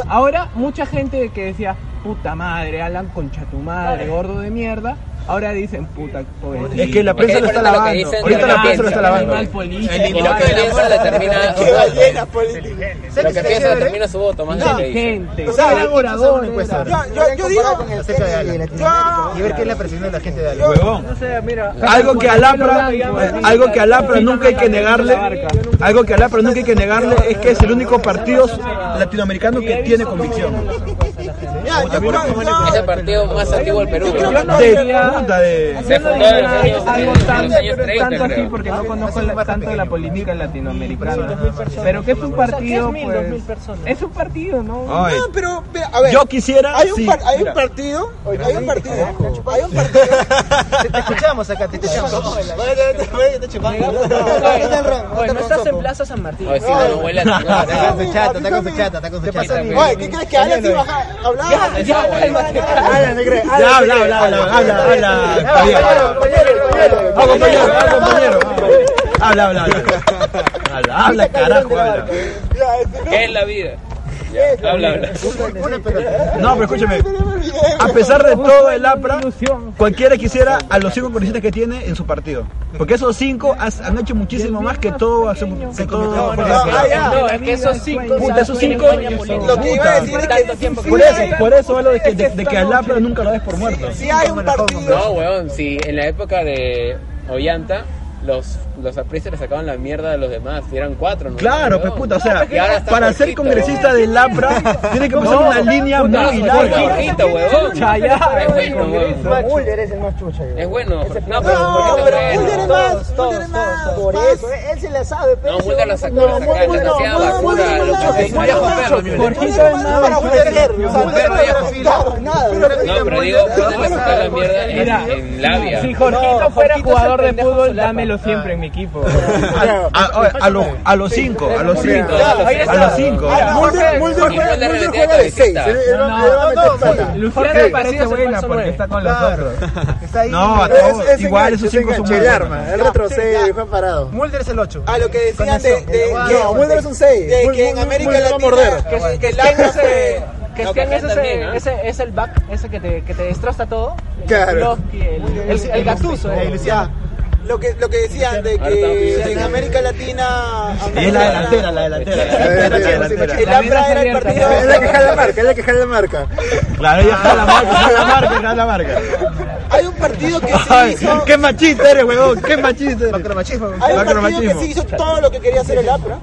Ahora, mucha gente que decía, puta madre, Alan, concha tu madre, gordo de mierda, ahora dicen, puta, pobre. Es que la prensa lo está lavando. Ahorita la prensa lo está lavando. El Y lo que piensa determina. Qué ballena política. Lo que piensa determina su voto, más de lo que dice. Gente, O era sea, vamos a hacer orador, una encuesta era- ahora. Yo, yo, yo digo. acerca de Alan y ver qué es la percepción de la gente de Alan. Huevón. O sea, mira, Algo que a Lapra, algo que a Lapra nunca hay que negarle, algo que a Lapra nunca hay que negarle es que es el único partido latinoamericano que tiene convicción. Ya, yo- yo- Es el partido más antiguo del Perú. yo no De diría- puta de... Se fundó en los años- Algo en los tanto, años pero 30, tanto así creo. porque no conozco la- tanto de la política latinoamericana. Pero que es un partido, pues. Es un partido, ¿no? Ay. No, pero, pero, a ver. Yo quisiera, Hay un, sí, par- hay un mira. partido. Hay un partido. Hay un partido. Te escuchamos acá, te escuchamos. Oye, no estás en Plaza San Martín. Oye, sí, no, no huele a ti, no. Está con su chata, está con su chata, está con su chata. Oye, ¿qué crees que habla así baja? Hablaba. Ya, ya, Habla, negre, habla, Ya, habla, negre. habla, habla, habla, habla, está bien. Ah, compañero, ah, compañero. ah. Habla, habla, habla. Habla, habla, carajo, habla. ¿Qué es la vida? Ya, habla, habla. No, pero escúchame. A pesar de todo el APRA, cualquiera quisiera a los cinco congresistas que tiene en su partido. Porque esos cinco has- han hecho muchísimo más que todo. hace- Que todo No, es que esos cinco. Puta, esos cinco. Lo que iba a decir es que tiempo. Por eso, por eso hablo de que, de, de que al APRA nunca lo des por muerto. si hay un partido. No, weón, si en la época de Ollanta los, los apristas le sacaban la mierda de los demás, y eran cuatro, ¿no? Claro, pues Weón. puta, o sea, Y ahora está para ser Jorgito, congresista weón. del APRA tiene que pasar No, una línea puta, muy es larga. Jorgito, weón. Es bueno, weón. Uy, eres el más chucha. Es bueno. No, No, pero, pero ¿por qué Mulder te es traes? más. Mulder es más. Por eso, él se la sabe, pero. No, Mulder la sacó, la sacó, la saciaba, puta, los chupitos. Jorgito es nada. Para Mulder, o sea, No, pero digo, Mulder le sacó la mierda en, en labia. Si Jorgito fuera jugador de fútbol, dámelo siempre en mi equipo. A, a- a los, a los cinco, a los cinco, ahí está. a los cinco. Mulder, Mulder Y Mulder juega, le Mulder metía juega de cabecita. 6. Luciana Jorge, parece buena porque está con los otros. Está ahí. No, a Es- todos, igual esos cinco son enganche, el buenos. arma, él retrocede, fue parado. Mulder es el 8. A lo que decían de, de No, que, Mulder es un seis. de Mul- que en Mul- América Mulder va a Latina morder. que, que el Que año ese, se que No, esté en que ese, también, ¿ah? ese es el back, ese que te, que te destroza todo. Claro. Los que- el, el, el gatuso. eh, La ilusión. lo que lo que decían de que en América Latina Es la delantera, la delantera, la delantera, la delantera. el APRA era el partido Es la que jala la marca, es la que jala la marca. Claro, ella está la marca, está la marca, está la marca. hay un partido que se Ay, hizo qué machista eres, huevón, qué machista eres. Macromachismo. hay un partido que macromachismo. sí hizo todo lo que quería hacer el APRA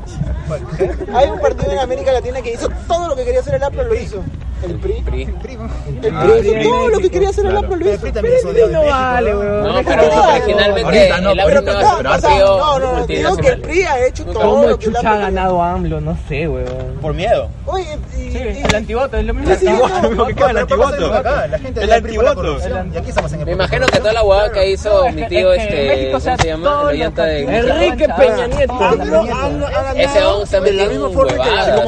hay un partido en América Latina que hizo todo lo que quería hacer el APRA lo hizo el PRI Ah, PRI. el PRI hizo todo lo que quería hacer el APRA lo hizo No vale, weón. No, pero originalmente Ahorita no, el pero APRA no no, es un o sea, partido no, no, no, digo que el multinacional. PRI ha hecho todo ¿Cómo lo que el chucha ha APRA quería. ganado AMLO? No sé, weón. Por miedo. oye y, y- El antivoto es lo mismo. Sí, no, ¿Qué va el antivoto? La gente El del PRI por la antivoto. corrupción. Y aquí estamos en el Me imagino que toda la huevada que hizo mi tío, este, ¿cómo se llama? El oyanta de... Enrique Peña Nieto. Ese aún está metiendo un huevada.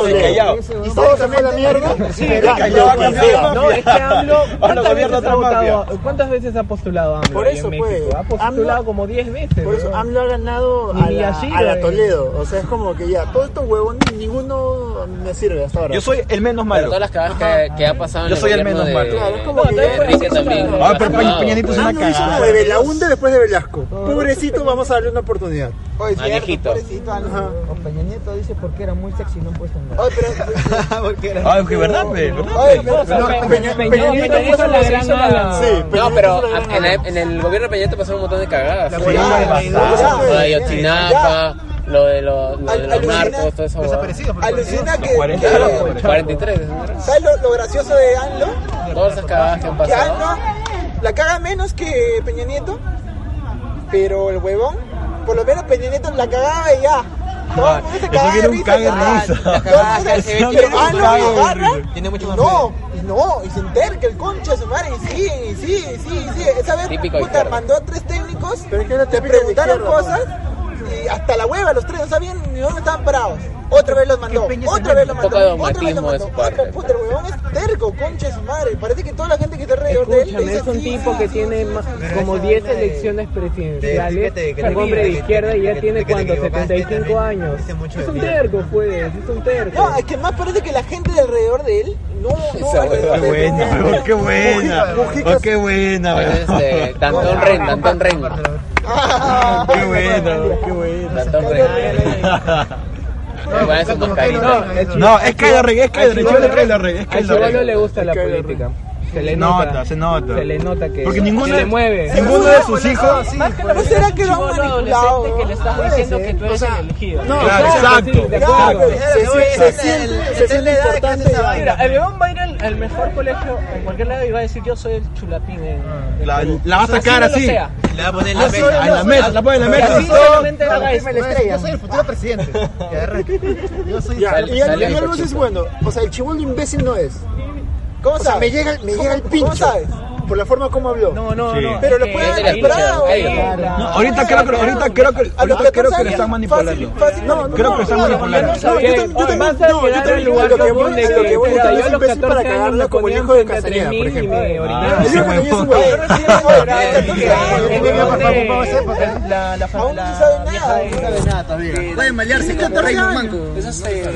Y todo se fue a la mierda. Sí, Ah, No, es que AMLO. Ahora ¿Cuántas gobierna veces, otra ha votado, ¿Cuántas veces ha postulado AMLO? Por ahí en eso, México? pues, Ha postulado como 10 veces. Por eso weón. AMLO ha ganado Ni a la, Yashiro, a la eh. Toledo. O sea, es como que ya, todos estos huevones, ninguno me sirve hasta ahora. Yo soy el menos Pero malo. todas las cagadas que, que ha pasado en Yo el soy el gobierno menos de... malo. Claro, es como No, que... también ya- puede Enrique ser también. una- Ah, pero ha pasado. Peña, Peña Nieto es una AMLO hizo cagada. la de Belaunde después de Velasco. Pobrecito, vamos a darle una oportunidad. oye, cierto, Manejito. pobrecito, Ajá. Con Peña Nieto dice porque era muy sexy y no han puesto nada. Oye, pero- Ah, es que verdad, pe, verdad. oye, pero- No, Peña- Peña Nieto Peña Nieto hizo la la gran ala. Sí, No, Nieto pero hizo la gran en, la- ala. en el gobierno de Peña Nieto pasaron un montón de cagadas. La Sí. fue- Ah, Lo de la- Ayotzinapa, lo de, lo- lo de Al- los narcos, todo eso. huevada. Desaparecido, pero- Alucina que, cuarenta que- años, pues. 43, ¿no? ¿sabes lo, lo gracioso de Anlo? todas esas cagadas que han Que pasado. Anlo la caga menos que Peña Nieto, pero el huevón, por lo menos Peña Nieto la cagaba y ya. Ah, Todo el mundo se eso cagaba de quiere un risa, cague de ya. risa. Todo el Cagada, mundo se- se ve pero que quiere un Anlo cague de agarra, risa. y no, y no, y se enterca el concha de su madre, y sigue, y sigue, y sigue, y sigue. Esa vez, Típico puta, izquierdo. mandó a tres técnicos, Pero es que era te típico de pues. preguntaron izquierda, cosas, y hasta la hueva los tres no sabían ni dónde estaban parados. Otra vez los mandó, otra vez los Un mandó, poco de otra vez los dogmatismo de mandó, su otra parte. puta, el huevón es terco, concha de su madre. Parece que toda la gente que está alrededor de él le Escúchame, dice es un sí, tipo sí, que sí, tiene sí, ma- sí, sí. como 10 elecciones presidenciales, un hombre de izquierda y ya tiene cuánto, 75 años. Es un terco, pues, es un terco. No, es que más parece que la gente de alrededor de él no, no Esa alrededor Qué de él, buena, no. weón, qué buena. Oh, qué buena, Bueno, weón. este, Tantón Ren, Tantón Ren. Ah, Qué buena, weón, qué buena. Tantón Ren. Me van esas mascaritas. No, es que la regué, es que la regué, es que la regué, es que Al la chivolo regué. le gusta la política. Se le nota, nota, se nota. Se le nota que Porque ninguno se de- le mueve. ninguno de sus hijos- ¿No será que lo han manipulado? que le estás Puede diciendo ser. que tú eres O sea, el elegido. no, Claro, exacto, exacto, sí, de exacto. acuerdo. Se siente- se siente- se siente importante esa vaina. Mira, el león va a ir al, al mejor colegio en cualquier lado y va a decir yo soy el chulapín. En, en La, Perú". la va a sacar no lo así. sea. Le va a poner en la mesa. En la mesa, la pone en la mesa. Así solamente haga eso. Yo soy el futuro presidente. Que arranque. Yo soy Ya, Sal- y algo- sale y algo de no sé si Pachuca. bueno. O sea, el chivolo imbécil no es. Eh, ¿Cómo o sea, sabes? me llega, me ¿Cómo- llega el cómo pincho. sabes? Por la forma como habló. No, no, Sí. no. Pero Es lo que pueden es de la comprar, pincha, güey. ahí va. No, ahorita creo que- ahorita creo que- A los ahorita creo que catorce lo años, están manipulando. fácil, fácil No, no, creo que lo están manipulando. manipulando. No, no, yo también- yo también- Vas a no, yo quedar también en el lugar lo que voy- donde lo que voy puta, yo es a los imbécil para 14 años cagarla me como el ponían hijo de frente a Cacería, por 3.000 y ejemplo. me orinaba. Ah, ese Yo no huevón. Yo recién no ahora, ahorita tú sé, sabes, que- que- pues, que- papá, que- papá, que- papá, que- La, la, Aún la no sabe nada. No sabe nada todavía. Puede malearse con Reino Manco. Eso es, eh, pues.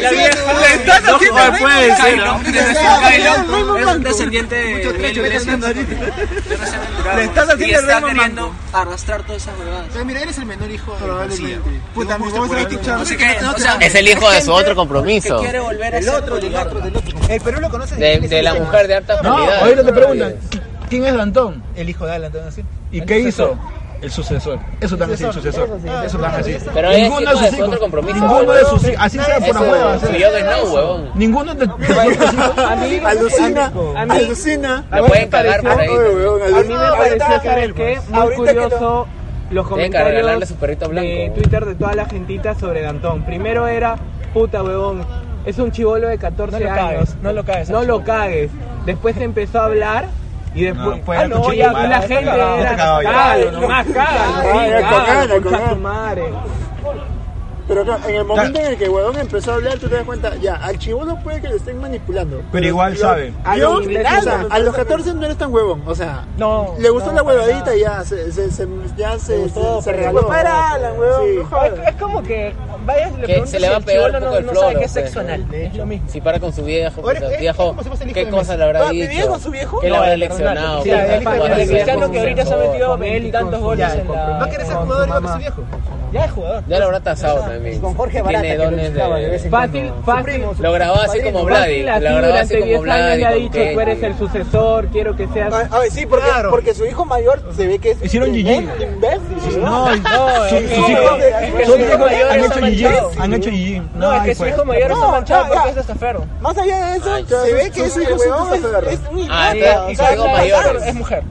La vieja puede ser, ¿no? Es un descendiente de trecho que estás Le estás haciendo y el está Raymond queriendo arrastrar todas esas huevadas. Mira, eres el menor hijo de Probablemente. Puta, me gusta por No sé qué, no, o sea, Es el hijo de su otro que compromiso. quiere volver a El ser otro, el poligarca. otro, del otro. El Perú lo conoce. De, de la mujer de alta No, calidad. ahorita te preguntan, ¿quién es Dantón? El hijo de Alan, entonces sí. ¿Y El qué sucesor. hizo? El sucesor. Eso también es el sucesor. Eso también así. Pero es hijo de su otro compromiso, Ninguno de huevón. sus hijos. Así sea por la Eso, hueva. su yoga es no, huevón. Ninguno de Alucina, A mí- alucina. a mí me pareció- A mí me pareció, ¿sabes qué? Muy Ahorita que curioso los Tienen que regalarle comentarios su perrito blanco. de Twitter de toda la gentita sobre Dantón. Primero era, puta huevón, es un chivolo de 14 No lo años. cagues, no lo cagues al No lo chibolo. cagues. Después empezó a hablar y después... No, pues, ah, no, escuché ya mal, ya la te gente cagaba, ya era... te cagaba, ya. Cágalo, nomás cágalo. Ah, sí, ya, con cágalo, gana, con concha gana. tu madre. Pero claro, en el momento en el que el huevón empezó a hablar, tú te das cuenta, ya, al chivolo puede que le estén manipulando. Pero igual yo- sabe. Yo, A los o sea, ingleses. a los 14 no eres tan huevón, o sea, No. le gustó no, la para huevadita nada. y ya se, se, se- ya se, se, se pero regaló. fue para Alan, huevón, Sí. no jodas. Es, es como que vayas y le Que preguntas se le si va a el pegar chibolo un poco no- el no floro, sabe qué pues, sexo ¿no? anal. Es lo mismo. Si para con su viejo, Ahora, puta, es- es viejo, como si fuese el hijo ¿qué de cosa Messi. le habrá Ah, ¿vivía dicho? con su viejo? ¿Qué le No, habrá el leccionado? Ronaldo. Sí, el hijo de Para Messi. ser Cristiano como que un ahorita se ha mejor. metido él tantos goles en la... No quieres ser jugador igual que su viejo. Ya es jugador. Ya lo habrá tasado también. Con Jorge Barata, Tiene que lo dones buscaba de vez de... en Fácil, fácil. Lo grabó así como Vladi. Fácil, Lo así grabó así durante como 10 años Vladi. le ha con dicho, tú eres Kenji. el sucesor, quiero que seas... A, a ver, sí, porque, Claro. porque su hijo mayor se ve que es Hicieron es GG. bien imbécil. No, es su- que- sus hijos es que son su hijo hijos, mayor han está hecho manchado. GG, han hecho GG. No, es que su hijo mayor está No, manchado no, porque ya. es testaferro. Más allá de eso, se ve que sus ese hijos huevón son testaferros. es, es un Ah, idiota. está- o y sea, sus hijos no, mayores. Es mujer.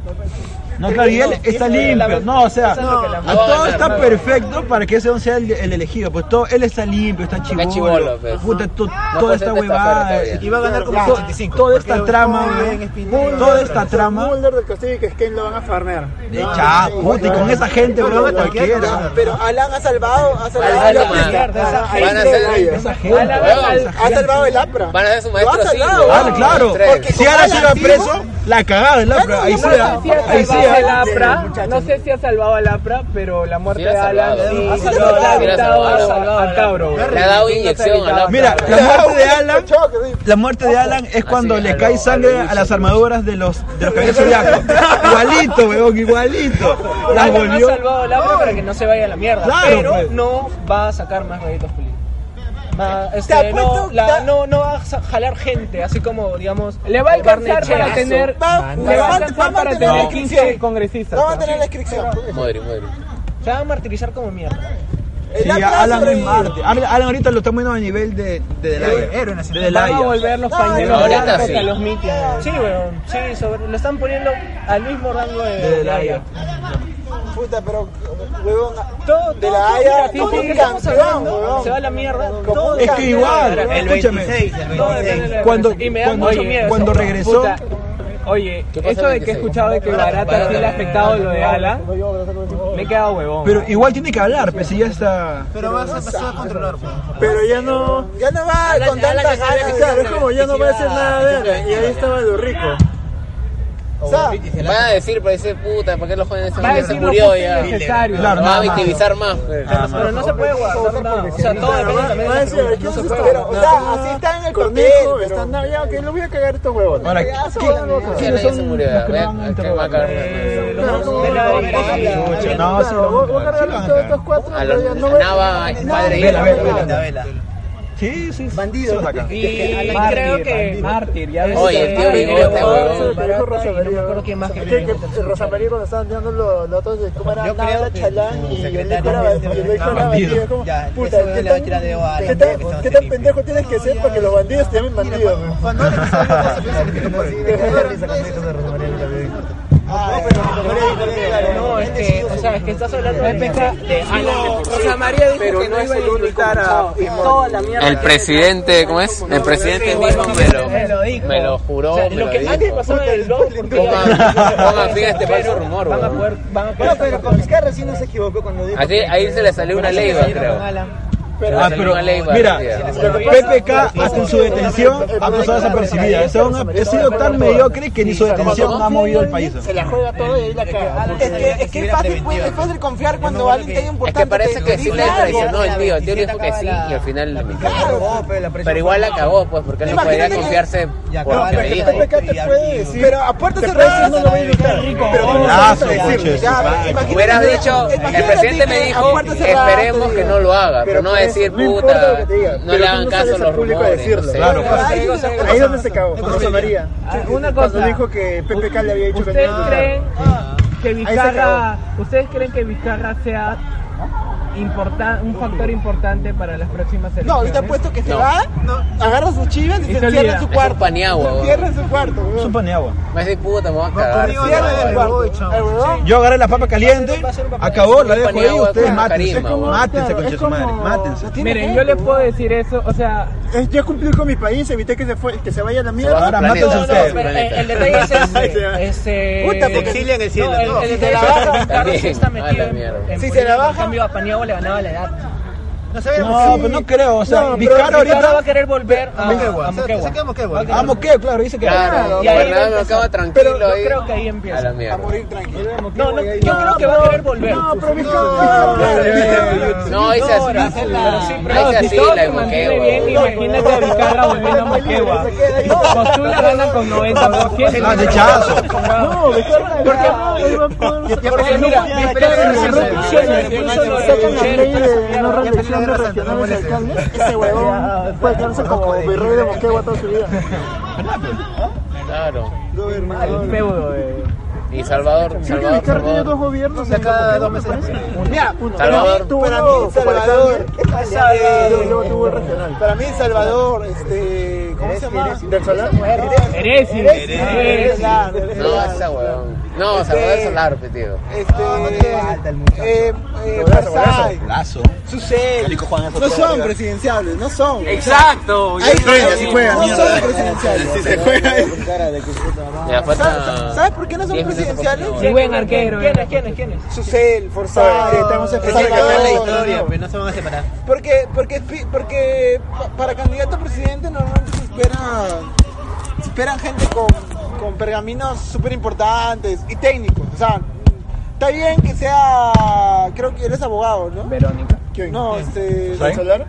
No, claro, y él está limpio. No, o sea, Eso es lo que la- a todo está perfecto para que ese don sea el, el elegido. Pues todo, él está limpio, está chivolo. chibolo, pues. Puta, to- No toda puede ser esta testaferro huevada. todavía. Y va a ganar como to- 85. Toda esta trama, Joven, güey. Espinosa, Toda esta trama Mulder del Castillo y que Ken lo van a farnear. de chapo. Puta, y con esa gente, No, bro, no, cualquiera. Pero Alan ha salvado, ha salvado Alan, el man. APRA. Van a ser- Esa gente. Alan, weón. Alan, Esa Ha gente. salvado el APRA. Van a ser su Lo ha maestro así, salvado. Ah, huevón. claro. Tres. Si ahora se iba preso, la cagada del APRA. Claro, Ahí no, sí, No sé si ha ahí sí. salvado al ah. APRA, no sé si ha salvado al APRA, pero la muerte Sí, ha de Alan salvado. sí Ha salvado, le ha sí, ha evitado salvado. a Cabro. güey. Le ha dado inyección al APRA. Mira, la muerte de Alan, la muerte de Alan es cuando Así, le a lo- cae a sangre lo a, Lucho las armaduras de los de los caballeros zodiacos. Igualito, weón, igualito. Las Alan ha volvió. salvado al Abra para que no se vaya a la mierda. Claro, pero pues. no va a sacar más rayitos políticos. Más, este, Te apuesto- no, la- te- no, no va a sa- jalar gente, así como, digamos, Le va a alcanzar Barnechea. para tener... Va- Le va a alcanzar va a para tener tener la 15 inscripción. congresistas. No va a tener la inscripción. Modri, Modri. Se va a martirizar como mierda. Sí, Alan es Marte. Alan Alan ahorita lo está viendo a nivel de de Delaya. Héroe nacional. De Van a Delaya. volver los no, pañuelos ahorita blancos sí. a los mítines. Sí, weón. Sí, sobre, lo están poniendo al mismo rango de, De la Haya. Puta, pero, huevón, Todo, De todo, la todo, Haya, mira, todo todo un que estamos campeón, hablando, weón. Se va a la mierda. Como Todo un Es que igual, campeón. El escúchame. 26, el Todo depende 26. de la Cuando- relación. y me da cuando- mucho miedo. cuando eso. regresó- Puta, Oye, ¿Qué pasa eso de que que he se- escuchado de que Barata sí le ha afectado lo de Alan, me he quedado huevón. Pero igual tiene que hablar, pues si ya está. Pero vas a pasar a controlar. pues. Pero ya no. Ya no va Alan con tantas ya sabe ganas. que claro, Claro, es como ya no va a hacer nada de Y ahí estaba lo rico. Van a decir, parece puta, ¿por qué los jóvenes Va a están se decir lo murió justo y ya? necesario. Claro, Va Va a a victimizar más. pues. Pero no se puede guardar nada. O sea, todo depende también de la persona. No se puede Pero, o guardar sea, nada. así está en el Cornejo, papel. pero- está- no, ya, que lo voy a cagar estos huevos. Ahora, Ya, ¿qué- son- Ya nadie se murió ya. Vean, ¿a qué va a caer? Chucha, no, sí lo van a cagar, sí lo van a cagar. A los Nava, padre e Vela, vela, hijo. vela. Sí, sí, Bandido. Y creo que. Mártir, ya ves. Oye, el tío bigote, huevón. Rosa María cuando estaban dando los los otros de cómo era Nada, Chalán y el Nico era bandido, el Nico era bandido, es como, puta, ¿qué tan- qué tan- qué tan pendejo tienes que ser para que los bandidos te llamen bandido? No, es que, o sea, es que estás hablando de de años. Rosa María dijo Pero que no no es iba a el único insultar a manchado. Y toda la mierda. El presidente, ¿cómo es? El presidente mismo me lo, me lo juró, O sea, me lo lo que antes dijo. pasaba en el blog, porque Pongan fin a este falso rumor, weón. No, pero con Vizcarra sí no se equivocó cuando dijo Así, que- ahí se le salió una ley, weón, creo. Pero- Ah, Se le salió pero una ley, weón, mira, tío. PPK hasta en su detención ha pasado desapercibida. Ese hombre ha sido tan mediocre que ni su detención ha movido el país. Se la juega todo y ahí la caga. Es que, es que es fácil, pues, es fácil confiar cuando alguien te haya Es importante. que parece que sí le dice algo. traicionó el tío. El tío le dijo que sí y al final le mintió. Pero igual la cagó, pues, porque él no podía Imagínate que- confiarse por No, lo que pero le es que dijo. PPK te puede decir. Pero a puertas cerradas no lo voy a evitar. Pero tú no Golazo, sabes decirlo. coche, Ya, su madre. imagínate- Hubieras dicho, el imagínate presidente que me a dijo, puertas cerradas esperemos te que diga. no lo haga, pero no decir puta, no le hagan caso a los rumores. no sé. Ahí es donde- ahí es donde se cagó, Rosa María. Una Cuando cosa. dijo que PPK le había dicho que ¿Ustedes no. creen que se Vizcarra, ustedes creen que Vizcarra sea importan- un factor importante para las próximas elecciones? No, ahorita puesto que se No. va, no, agarra sus chivas y, Y se se encierra en olvida. su Es un cuarto. paniagua, Se weón. encierra en su cuarto, Es weón. un pan de agua. Me decir puta, me voy a cagar. Se encierra en su cuarto. El huevón. Yo agarré la papa caliente, acabó, la dejo ahí, Paniagua ustedes con mátense. carisma, weón. Mátense, concha su madre, mátense. Miren, yo les puedo decir eso, o sea, Es yo cumplir con mi país, evité que se, fue, que se vaya a la mierda. Ahora mátense ustedes. pero el, el detalle es este. este Puta, porque- exilian en el cielo. No, el, el te detalle la es que bajan, Ricardo sí también. está A la metido en, mierda. en Si se política, la bajan- En cambio, a Paniagua le ganaba la edad. No, pero no creo, o sea, Vizcarra Ricardo va a ahorita... querer volver a Moquegua, a Moquegua. Vamos, ¿qué? Claro, dice que... Claro, Y ahí va a Fernando empezar. acaba tranquilo Pero yo ahí. creo que ahí A la empieza. mierda. No, no, pues, yo creo que va a querer volver. No, pero Vizcarra. No, ahí se Ahora, pero sí, asila. pero Ahí se si todo asila se en mantiene bien, Moquegua. imagínate a Vizcarra volviendo a Moquegua. Postula gana con 90 votos. ¿Quién? Ah, de chazo. No, Vizcarra. Porque mira, Vizcarra se revoluciona, impulsa los sacan las revolucionarios. leyes de no reelección de regionales alcaldes, ese huevón puede quedarse como virrey de Moquegua toda su vida. Claro. El feudo eh. de... Y Salvador, Creo que Salvador, Vizcarra tiene Salvador. dos gobiernos de cada dos meses. Mira, uno. Salvador. Tuvo Para mí, Salvador. Salvador. Y luego tuvo el regional. Para mí, Salvador, este. ¿Cómo se llama? Del Solar. Eresi. Eres. No, esa huevón. No, Salvador Solar, pe, tío. Este. eh, eh, Farsay. Lazo. Susel. No son presidenciables, no son. Exacto. Ahí juega, sí juega, No mierda. son presidenciales. Si se juega. Ya ¿Sabes, falta. sabes por qué no son Diez minutos por presidenciales? favor. Qué buen arquero. eh. ¿Quién es? ¿Quién es? ¿Quién es? Susel, Forzay, estamos no se van a separar. Porque, porque, pi- porque pa- para candidato a presidente normalmente se espera, se esperan gente con, con pergaminos súper importantes y técnicos. O sea, está bien que sea, creo que eres abogado, ¿no? Verónica. ¿Quién? No, este... ¿Soy? Ajá.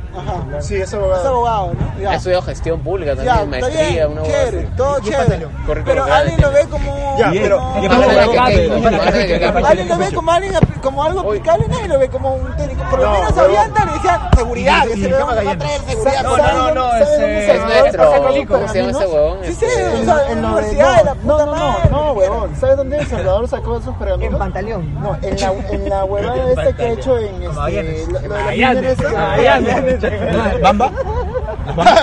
Sí, es Es abogado. abogado, ¿no? Ha Ya. estudiado gestión pública Ya, también, está bien, maestría, una huevada chévere, así. todo chévere. Pero orgánico. alguien lo ve como... Ya, como- pero- Y Ya, aparte pero- de que- Capricho, aparte de Capricho, que- Capricho. Alguien lo ve como, alguien, apl- como algo aplicable, nadie lo ve como un técnico. Por lo No, menos huevón. había antes le decían seguridad, Y- y- ese y- huevón nos va a caballero. traer seguridad. No, ¿Sabes no, dónde- no, sabes dónde ese- se Es roba? nuestro. ¿Cómo se llama ese huevón? Sí, sí, Este- o sea, en la universidad de la puta madre. No, huevón. ¿Sabes dónde El Salvador sacó esos pergaminos? En Pantaleón. No, en la, en la huevada esta que ha hecho en este... lo- lo de la minera esa. ¿Bamba?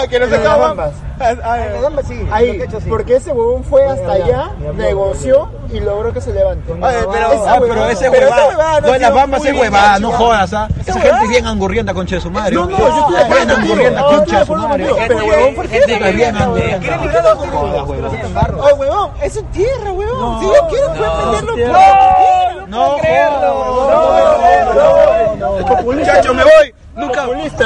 Que no Lo se de las acaban. bambas. lo Ahí, que he hecho, sí. porque ese huevón fue hasta allá, negoció y logró que se levante. Oye, pero, Ah, pero ese pero esa huevada, no no ha en las sido bambas muy es huevada, bien no archivada. jodas, ¿ah? Esa huevada- gente es bien angurrienta, concha de su madre. No, no, yo estoy de Bien acuerdo contigo. angurrienta, No, concha de su estoy de acuerdo madre. contigo, pero, huevón, huevón, ¿por qué gente se que es bien regresa, angurrienta. huevón? ¿Quiere que haga No jodas, huevón. Oh, huevón, eso es tierra, huevón. Si yo quiero, puedo meterlo por donde quiera. No no, jodas. Muchachos, me voy. Nunca,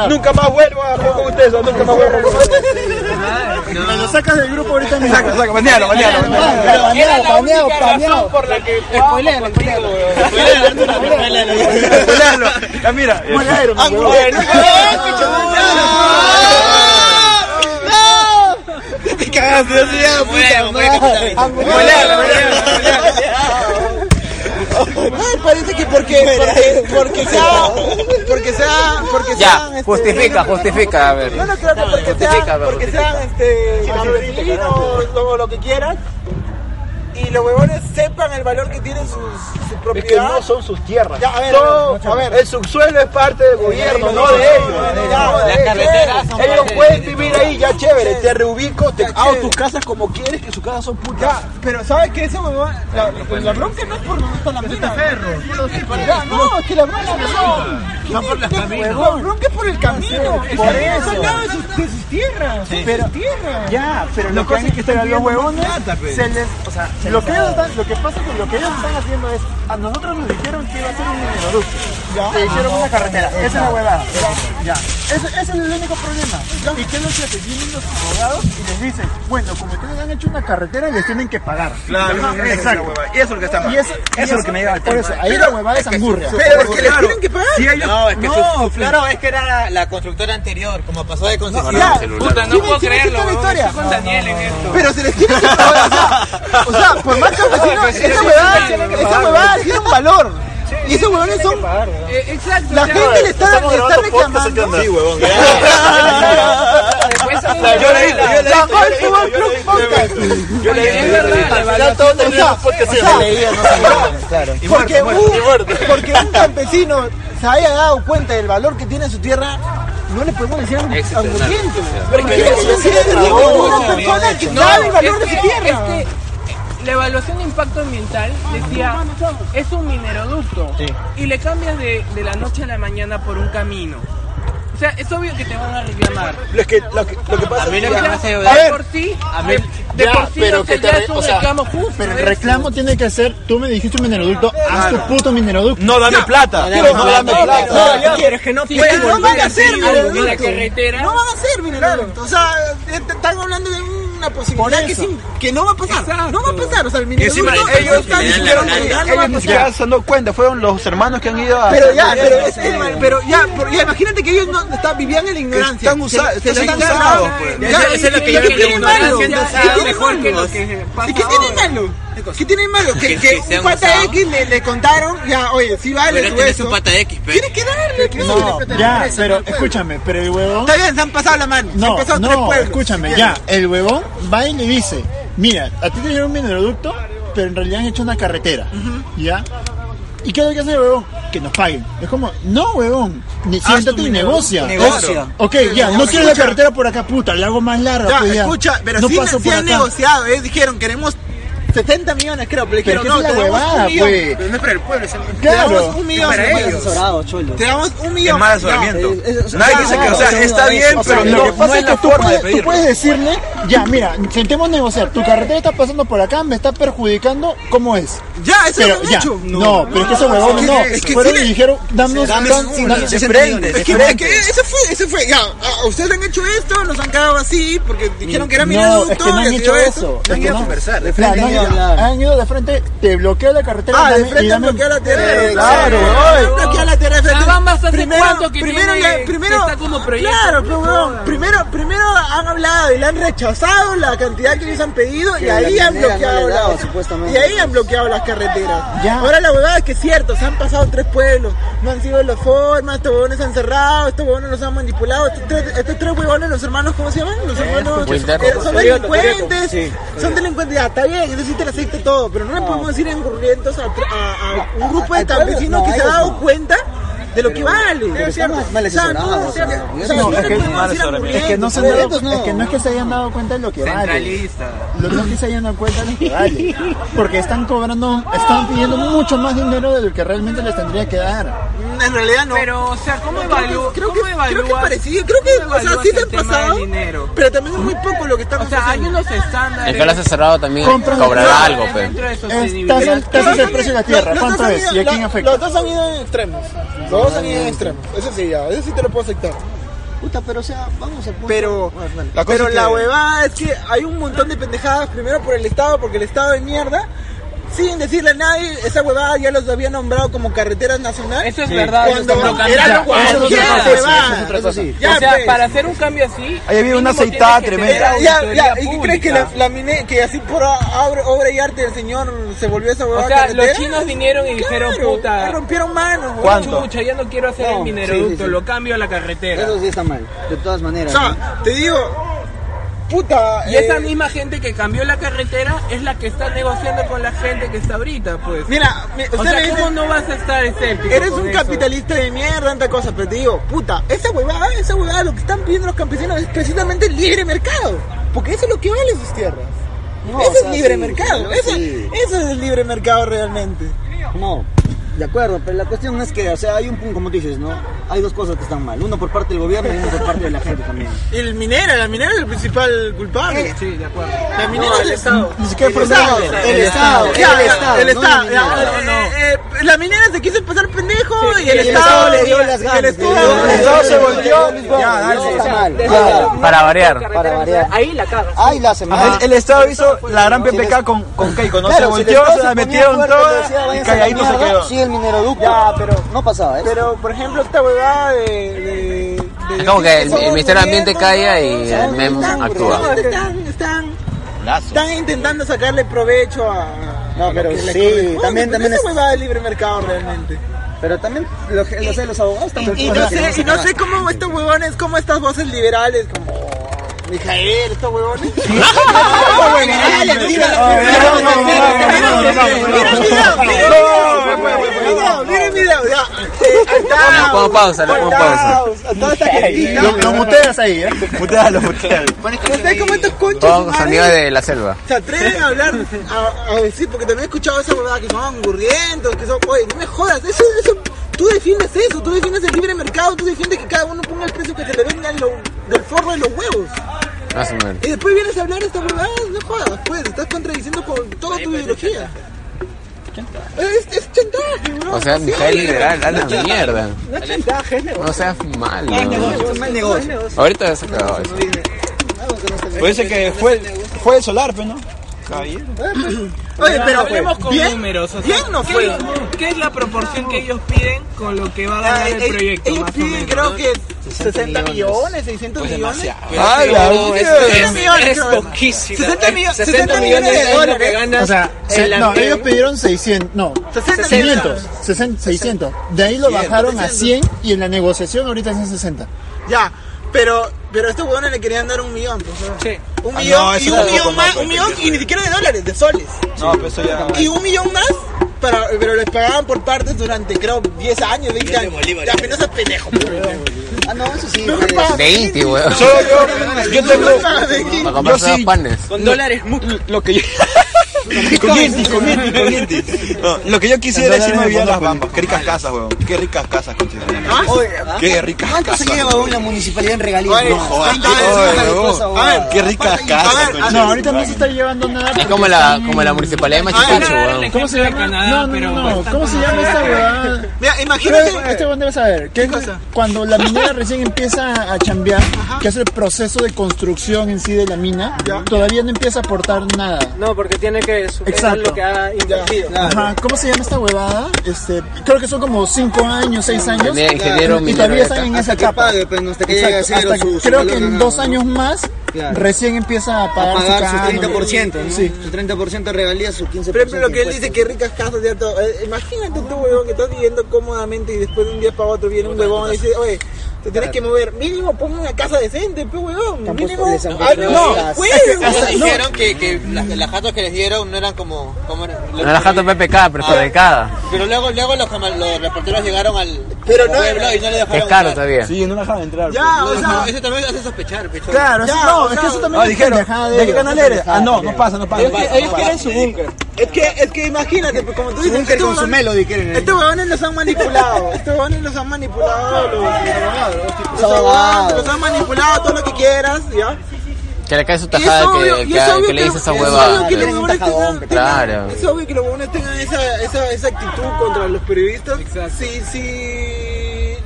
nunca más vuelvo a jugar con ustedes, o nunca más vuelvo a jugar con ustedes. Me lo sacas del grupo ahorita mismo. Saca, saca, banealo, banealo, banealo. Era la Baneado, única baneado. razón por la que jugaba contigo, weón. Banealo. Ya mira. Ah, Ángulo. bueno, Te cagaste, así ya, puta madre. Ay, parece que porque, porque, porque sea, porque sea, porque Ya, sean, este, justifica, justifica, a ver. No, no, claro, que porque Justifica, sean, porque justifica. sean, este, madridinos o lo que quieran. Y los huevones sepan el valor que tienen sus, su Es que propiedad. no son sus tierras. Ya, a ver, Son- a ver. El subsuelo es parte del gobierno, sí, no sí, de sí, ellos. sí, No, de sí, las ellos. carreteras son Ellos parte pueden del- vivir ahí, ya chévere. Te reubico, te hago chévere. tus casas como quieres, que sus casas son putas. Ya, pero ¿sabes qué? Eso, huevón, la, la bronca no es por donde está la mina. Ya, no, es que la bronca no. No por los ¿Qué caminos. huevón? La bronca es por el camino. que Por se- eso. Son nada de sus, de sus tierras. son Pero- sus tierras. Ya, pero La lo que cosa han- es que están pero los pidiendo huevones plata, pe. se les, o sea, Se lo les que ha ellos dado. están, lo que pasa con lo que ellos están haciendo es, a nosotros nos dijeron que iba a ser un mineroducto, Ya. se hicieron una carretera, esa es la huevada, ya, Ese, ese es el único problema. y qué es lo que hacen? vienen los abogados y les dicen, bueno, como ustedes han hecho una carretera, les tienen que pagar, exacto, Y eso es lo que está mal. y eso, y es lo que me lleva al por tema. eso, ahí la huevada es angurria, Si ellos- No, es que No, su- claro, es que era la, la constructora anterior, como pasó de concesión. ya, puta, no puedo creerlo. weón, estoy con Daniel en esto. Pero se les tiene que pagar. O sea, o sea, por más campesino, Pero si esta ellos huevada, tienen que esta pagar, huevada güey. tiene un valor. Y esos huevones son. Eh, Exacto. La ya. gente le está, Estamos le está grabando podcast, reclamando. ¿qué onda? Sí, huevón. ¿eh? Después son- Yo le he visto, yo le he visto, yo le he visto, yo le he visto, Yo le he visto, yo le he visto. Al final todos terminamos podcast siempre. Porque un- porque un campesino se haya dado cuenta del valor que tiene su tierra, no le podemos decir a un a un cliente. Porque es un cliente, tiene que ser una persona que No, este sabe el valor es de su que- tierra. es que La evaluación de impacto ambiental decía, es un mineroducto y le cambias de, de la noche a la mañana por un camino. O sea, es obvio que te van a reclamar. Lo que, lo que, lo que pasa A mí lo O que sea, me hace de dudar. por sí, A mí- de Ya, por sí, pero o sea, que te ya re- es un o sea, reclamo justo. ¿eh? Pero el es- reclamo tiene que ser, tú me dijiste un mineroducto, haz tu puto mineroducto. No dame plata. No dame No plata. dame No, plata. pero ya, pero es que no Sí, pueden que no volver van a así, hacer mineroducto. mineroducto. En la carretera. No van a ser mineroducto. O sea, eh, te- están hablando de una posibilidad que, sí- que no va a pasar. No va a pasar. O sea, el mineroducto ellos está ni siquiera diseñado para llegar, no va a ellos ni pasar. siquiera se han dado cuenta, fueron los hermanos que han ido a... Pero ya, pero, es- es- pero ya, pero ya, imagínate que ellos no, está- vivían en la ignorancia. Están usa- Se- se están la están usados, dando. pues. Ya, Eso- eso es lo que yo ¿y qué me tiene pregunto, malo? siendo Ya, usados ¿y qué mejor tiene que lo malo? que ¿Y qué tiene malo? ¿Qué tiene malo? Que, Que- que, que sean un pata usados. X le, le contaron, ya, oye, sí vale Pero su este es eso. un pata X, pues. pe. Tiene que darle, que No, ya, pero escúchame, pero el huevón... Está bien, se han pasado la mano. se han No, pasado tres no, pueblos. escúchame, Bien. ya, el huevón va y le dice, mira, a ti te dieron un mineroducto, pero en realidad han hecho una carretera, ¿ya? ¿Y qué es lo que hace el huevón? Que nos paguen. Es como, no, huevón, ni siéntate y negocia. Negocia. Ok, ya, no quieres la carretera por acá, puta, la hago más larga, Ya, pues, ya. escucha, pero no sí, paso sí por han acá. negociado, ellos dijeron queremos 70 millones, creo, pero le Pero dijeron es que no, esa es te la damos huevada, un millón. pues. Pero no es para el pueblo, es el- Claro. Te damos un millón. Es para ellos. Te damos un Es millón. mal Ya. asesoramiento. Es- es- Nadie ya, dice que, ya, o sea, ya, está ya, bien, ya, pero ya, no, lo que no pasa es es que la tú forma de puedes, tú pedirlo. puedes decirle, ya, mira, intentemos negociar, tu carretera está pasando por acá, me está perjudicando, ¿cómo es? Ya, eso pero, lo han ya, hecho. No, pero es que esos huevones no, es que fueron sí y le- dijeron, dame Dame un- un... es que, es que eso fue, eso fue, ya, a- a ustedes han hecho esto, nos han cagado así, porque dijeron que era mi No, es que no han hecho eso. Es que no. de Claro, frente no han han ido a ido- hablar. Han ido de frente, te bloquea la carretera. Ah, de dame- y frente dame- bloquea la tierra. Claro, claro. oye. Bloquea la tierra de frente. Nada más hace primero, cuánto que primero, tiene- le- primero, que está como proyecto, Claro, no pero, jodas. weón, primero, primero han hablado y le han rechazado la cantidad que les han pedido y Que ahí la han minera no bloqueado le daba, las- supuestamente. Y ahí han bloqueado las carreteras. Ahora la verdad es que es cierto, se han pasado tres pueblos, no han sido las formas, estos huevones se han cerrado, estos huevones los han manipulado, estos tres, estos tres huevones, los hermanos, ¿cómo se llaman? Los hermanos Winter. eh, son Corrientes, delincuentes, sí, son delincuentes, ya está bien, eso sí te lo acepto todo, pero no le podemos decir engurrientos a, a- a un grupo a- de al pueblo, campesinos no, que a se ha ellos dado no. cuenta de lo que Pero- vale. pero O sea, estamos no- mal o sea, no, asesorados, o sea, o sea, o sea, No, no le es que, podemos decir es que no se han hamburguentos, dado- no. es que no es que se hayan dado cuenta de lo que vale. Centralista. Lo- No es que se hayan dado cuenta de lo que vale. Porque están cobrando, están pidiendo mucho más dinero de lo que realmente les tendría que dar. En realidad no. Pero, o sea, ¿cómo Creo que- evalúas? creo que- creo que parecido, creo que, o sea, sí se han pasado, dinero? pero también es muy poco lo que estamos O sea, hay haciendo. unos estándares. El que lo hace cerrado también Compran- cobrará No, algo, pues. pe. dentro de Estás sostenibilidad. tasas el precio de la Los- tierra, los ¿cuánto dos han es? ido- ¿Y a quién los- afecta? Los dos han ido en extremos. Los dos han ido en extremos. Eso sí, ya, eso sí te lo puedo aceptar. Puta, pero o sea, vamos al punto. Pero, Bueno, dale. la cosa pero es la que- huevada es que hay un montón de pendejadas, primero por el Estado, porque el Estado de mierda. Sin decirle a nadie, esa huevada ya los había nombrado como carreteras nacionales. Eso es verdad, eso Cuando es otro cambio. era lo Ya, eso es cual, otra ya, cosa, huevada. eso es otra cosa. Ya, O sea, pues. para hacer un cambio así. Ahí había una mínimo tienes aceitada que tener tremenda. Ya, ya, auditoría ¿y crees pública. que la- la miné- que así por a- abre- obra y arte del señor se volvió esa huevada O sea, los carretera? chinos vinieron y dijeron, Claro, puta. rompieron manos, huevón. ¿Cuánto? Chucha, ya no quiero hacer No, el mineroducto, sí, sí, sí. lo cambio a la carretera. Eso sí está mal, de todas O maneras. sea, te digo, puta. y esa eh, misma gente que cambió la carretera es la que está negociando con la gente que está ahorita, pues. Mira, mi- o usted sea, me dice- ¿cómo no vas a estar escéptico? Eres con un eso? capitalista de mierda, tanta cosa, pero te digo, puta, esa huevada, esa huevada, lo que están pidiendo los campesinos es precisamente el libre mercado, porque eso es lo que vale sus tierras. No, eso o sea, es libre sí, mercado, no, eso, sí. eso es el libre mercado realmente. No, de acuerdo, pero la cuestión es que, o sea, hay un punto, como tú dices, ¿no? Hay dos cosas que están mal, uno por parte del gobierno y uno por parte de la gente también. Y el minera, la minera es el principal culpable. Sí, de acuerdo. La minera No, es el el Estado. Estado. Ni siquiera fue el Estado. minera. El El Estado. Estado, Ya, el ya, Estado, El no la Estado. minera. ya, No, no. eh, eh, La minera se quiso pasar pendejo y el el Estado Estado le dio las ganas, El Estado. el Estado se volteó. Ya, dale, No, sí. está mal. Ya. Para variar. Para variar. Ahí la cagas. Ahí la hacen. Ah, Ajá, el, el Estado hizo la gran PPK con, con Keiko, ¿no? Claro, se si el volteó, Estado se la ponía metieron fuerte, le todas decía, y "Váyanse a la calladito se mierda", quedó. Sí, el mineroducto. Ya, pero no pasaba, ¿eh? Pero, por ejemplo, esta huevada de. de- de- Es como Ah, que el, el Somos Ministerio de Ambiente gobierno, calla y el ¿sabes? MEM Están, actúa. bro, Están, están, están intentando sacarle provecho a. No, a pero lo que les sí, corresponde, también- pero también Esa es- huevada de libre mercado realmente. Pero también, lo, lo sé, los abogados Y, también. y no sé, y no sé cómo estos huevones, cómo estas voces liberales, como. Mijael, estos huevones. eh, Le pongo pausa, le pongo pausa. Lo, lo muteas ahí, ¿eh? Mutealo, mutealo. cómo estos conchos Pongo sonido madre, de la selva. se atreven a hablar, a, a decir, porque también he escuchado esa huevada que son angurrientos, que son, oye, no me jodas, eso, eso, tú defiendes eso, tú defiendes el libre mercado, tú defiendes que cada uno ponga el precio que se le venga en lo- del forro de los huevos. Más o menos. Y después vienes a hablar de esta huevada, no jodas, pues, te estás contradiciendo con toda tu pues, ideología. Es, es chantaje, bro. O sea, Sí. Mijael liberal, a la mierda. No es chantaje, es negocio. No seas malo. Es negocio, es mal negocio. Ahorita se acabó eso. Parece que fue, el- fue el solar, pues, ¿no? Oye, pero hablemos con pues, bien, números. o sea, bien no ¿qué fue. es- ¿Qué es la proporción que ellos piden con lo que va a ganar Ah, el ellos- proyecto? ellos más o piden, menos? creo que 60 millones, 600 Pues millones. Ay, la mierda. 60 millones, Es creo. poquísimo. 60 millones, 60 60 millones millones de es lo que dólares. ganas O sea, se- en la no, tele. ellos pidieron 600, no, 60 500, 60, 600. De ahí lo bajaron a 100 y en la negociación ahorita son 60. Ya, pero, pero estos huevones le querían dar un millón. pues, ¿no? Un Ah, millón no, y eso un tampoco, millón no, más, pues, un millón y ni siquiera de dólares, de soles. No, pues eso ya. Y un millón más, para, pero les pagaban por partes durante creo 10 años, 20 años. Ya, pero no seas pendejo. Ah, no, eso sí. De Inti, weón. Solo yo, yo tengo. Para Yo comprar sí, unos panes. Con dólares Lo que yo. con Inti, con Inti, con Inti. No, lo que yo quisiera es irme a vivir a las bambas. Qué ricas casas, weón. Qué ricas casas, conchito. ¿Ah? Qué ricas ¿Cuánto casas. se lleva weón. una municipalidad en regalías? Oye, oye, weón. Qué ricas casas, conchito. No, ahorita no se está llevando nada. Ah, Es como la, como la municipalidad de Ah, Machu Picchu, weón. ¿Cómo se llama? No, no, no, no. ¿Cómo se llama esta huevada? Mira, imagínate. Pero Este buen debe saber. ¿Qué cosa? Cuando la minera recién empieza a chambear, que es el proceso de construcción en sí de la mina, todavía no empieza a aportar nada. No, porque tiene que superar Exacto. lo que ha invertido. Ajá, ¿cómo se llama esta huevada? Este, creo que son como 5 años, 6 años. Ingeniero- ingeniero y minero todavía de están en Hasta esa que etapa. pague, pues, hasta que llegue a Exacto, cero hasta- su- su creo valor que en ganado. dos años más Claro. recién empieza a pagar, A pagar sus canon. 30%, ¿no? Sí. Su 30% de regalías, su 15%. Por ejemplo, lo que él de dice que impuestos. ricas casas, ¿cierto? Eh, imagínate tú, huevón, que estás viviendo cómodamente y después de un día para otro viene un huevón y dice, oye, te tienes que mover. Mínimo, ponme una casa decente, pe, huevón. Mínimo, les han hazme puesto un las- juego, Ellos pues, huevón. dijeron que, que las, las jatas que les dieron no eran como... como ah, eran- No era jato PPK, pero fabricada. Pero luego, luego los, cama- los reporteros llegaron al Pero no- pueblo y no le dejaron ah, Es caro entrar. todavía. Sí, no me dejaban entrar. Ya, o sea, Eso también hace sospechar, pichón. Claro, Ya, eso- no, o es sea, que eso también Ah, es dijeron, pendejada ¿de qué ellos. canal eres? Ah, no, no pasa, no pasa. Ellos, que- ellos quieren su búnker. Es que, es que imagínate, pues, como tú dices, Búnker estos con su huevones- melody quieren. Estos huevones los han manipulado. Estos huevones los han manipulado los, los abogados. Los han manipulado todo lo que quieras, ¿ya? Que le cae su Y es tajada obvio- Ah, que, y que- es obvio que le dice esa es hueva. obvio que los huevones tengan- Claro. Es obvio que los huevones tengan esa, esa, esa actitud contra los periodistas. Sí, sí.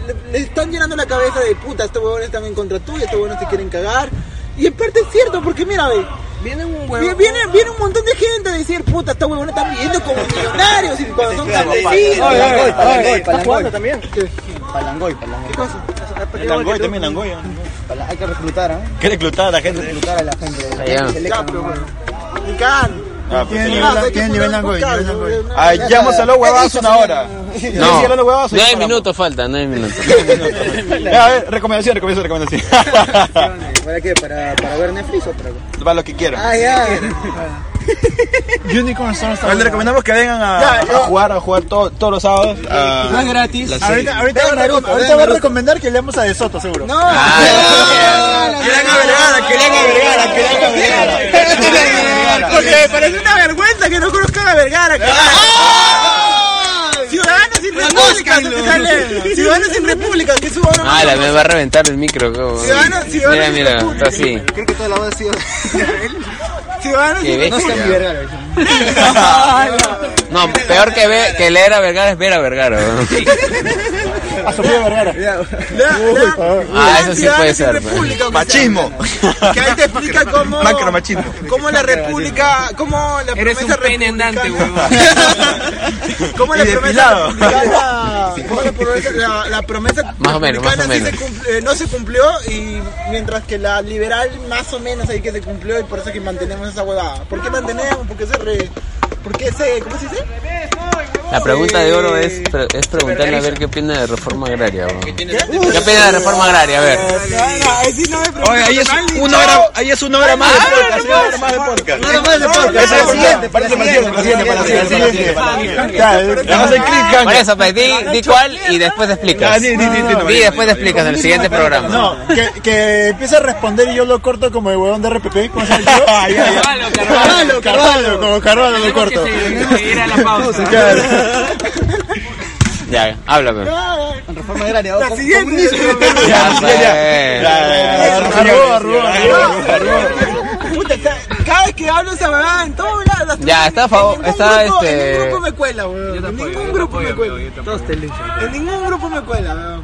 Le, le están llenando la cabeza de puta, estos huevones están en contra tuya, estos huevones te quieren cagar. Y en parte es cierto, porque mira, ve. Viene un Viene, huevo. viene, viene un montón de gente a decir, puta, estos huevones están viviendo como millonarios y cuando son Claro, Palangoy, campesinos. Palangoy, Oye, Palangoy, oye, Palangoy. jugando también? Palangoy, Palangoy. ¿Qué cosa? El Langoy también, Langoy. ¿eh? Pala- Hay que reclutar, ¿ah? ¿Qué reclutar a la gente? Reclutar a la gente. Ya. Ya, pero bueno. Ni cagando. Ah, pues, Tiene sí. nivel- Ah, tiene nivel Langoy, nivel Langoy. Ah, ya hemos hablado huevadas una hora. No, Ya los huevadas, nueve minutos faltan, nueve minutos. Ya, a ver, recomendación, recomendación, recomendación. ¿Para qué? ¿Para, para ver Netflix o para qué? Para lo que quieran. Ah, ya. Unicorn Stars. Les recomendamos que vengan a, Ah, a jugar, a jugar todo- todos los sábados. Ah, a- No es gratis. la serie. Ahorita, ahorita, va, a recom- ahorita va a recomendar que leamos a De Soto, seguro. No, Ah, Querían agregarla, querían agregarla, querían agregarla. Porque me parece una vergüenza que no conozcan a Vergara. carajo. Ciudadanos sin república. eso te sale. Ciudadanos sin república, que suba una Ah, la me va a reventar el micro. huevo. Ciudadanos- Mira, ciudadanos mira, de está así. Creo que toda la voz ha sido Ciudadanos Qué sin bestia. república. No, peor que, ve- que leer a Vergara es ver a Vergara. huevo. A Sofía Vergara. Uy, por favor. Ah, eso sí puede Ciudadanos sin ser. república. aunque sea. Machismo. Que ahí te explica cómo. Cómo la república. Cómo la Eres un promesa pene andante, huevo. ¿Cómo la Y promesa depilado. republicana- cómo la promesa, la, la promesa Más o menos, más o republicana sí menos. se cumple- eh, no se cumplió y mientras que la liberal más o menos ahí que se cumplió y por eso es que mantenemos esa huevada? ¿Por qué mantenemos? ¿Por qué se re... ¿Por qué se... ¿Cómo se dice? La pregunta de oro es, pre- es preguntarle a ver qué opina de reforma agraria. huevo. ¿Qué opina de reforma agraria? A ver. Oye, ahí es una hora, ahí es una hora más de podcast. Una hora más de podcast. Una hora más de podcast. Esa es la siguiente. Para la siguiente, para la siguiente, para la siguiente, para la siguiente, para la siguiente. Ya, vamos a hacer clic, Por ganga. eso, pues, di, di cuál y después explicas. Ah, Di y después explicas en el siguiente programa. No, que, que empieza a responder y yo lo corto como el huevón de RPP. ¿Cómo se llama? Carvalho, Carvalho. Carvalho, Carvalho, como Carvalho lo corto. Tenemos que ir a la pausa. Ya, háblame. Reforma agraria. La siguiente. Ya, pues. Arrugó, arrugó, arrugó. Puta, ca- cada vez que hablo esa huevada en todos lados. Ya, está a favor. Está en ningún grupo- En ningún este. grupo me cuela, weón. En ningún grupo me cuela. En ningún grupo me cuela, weón.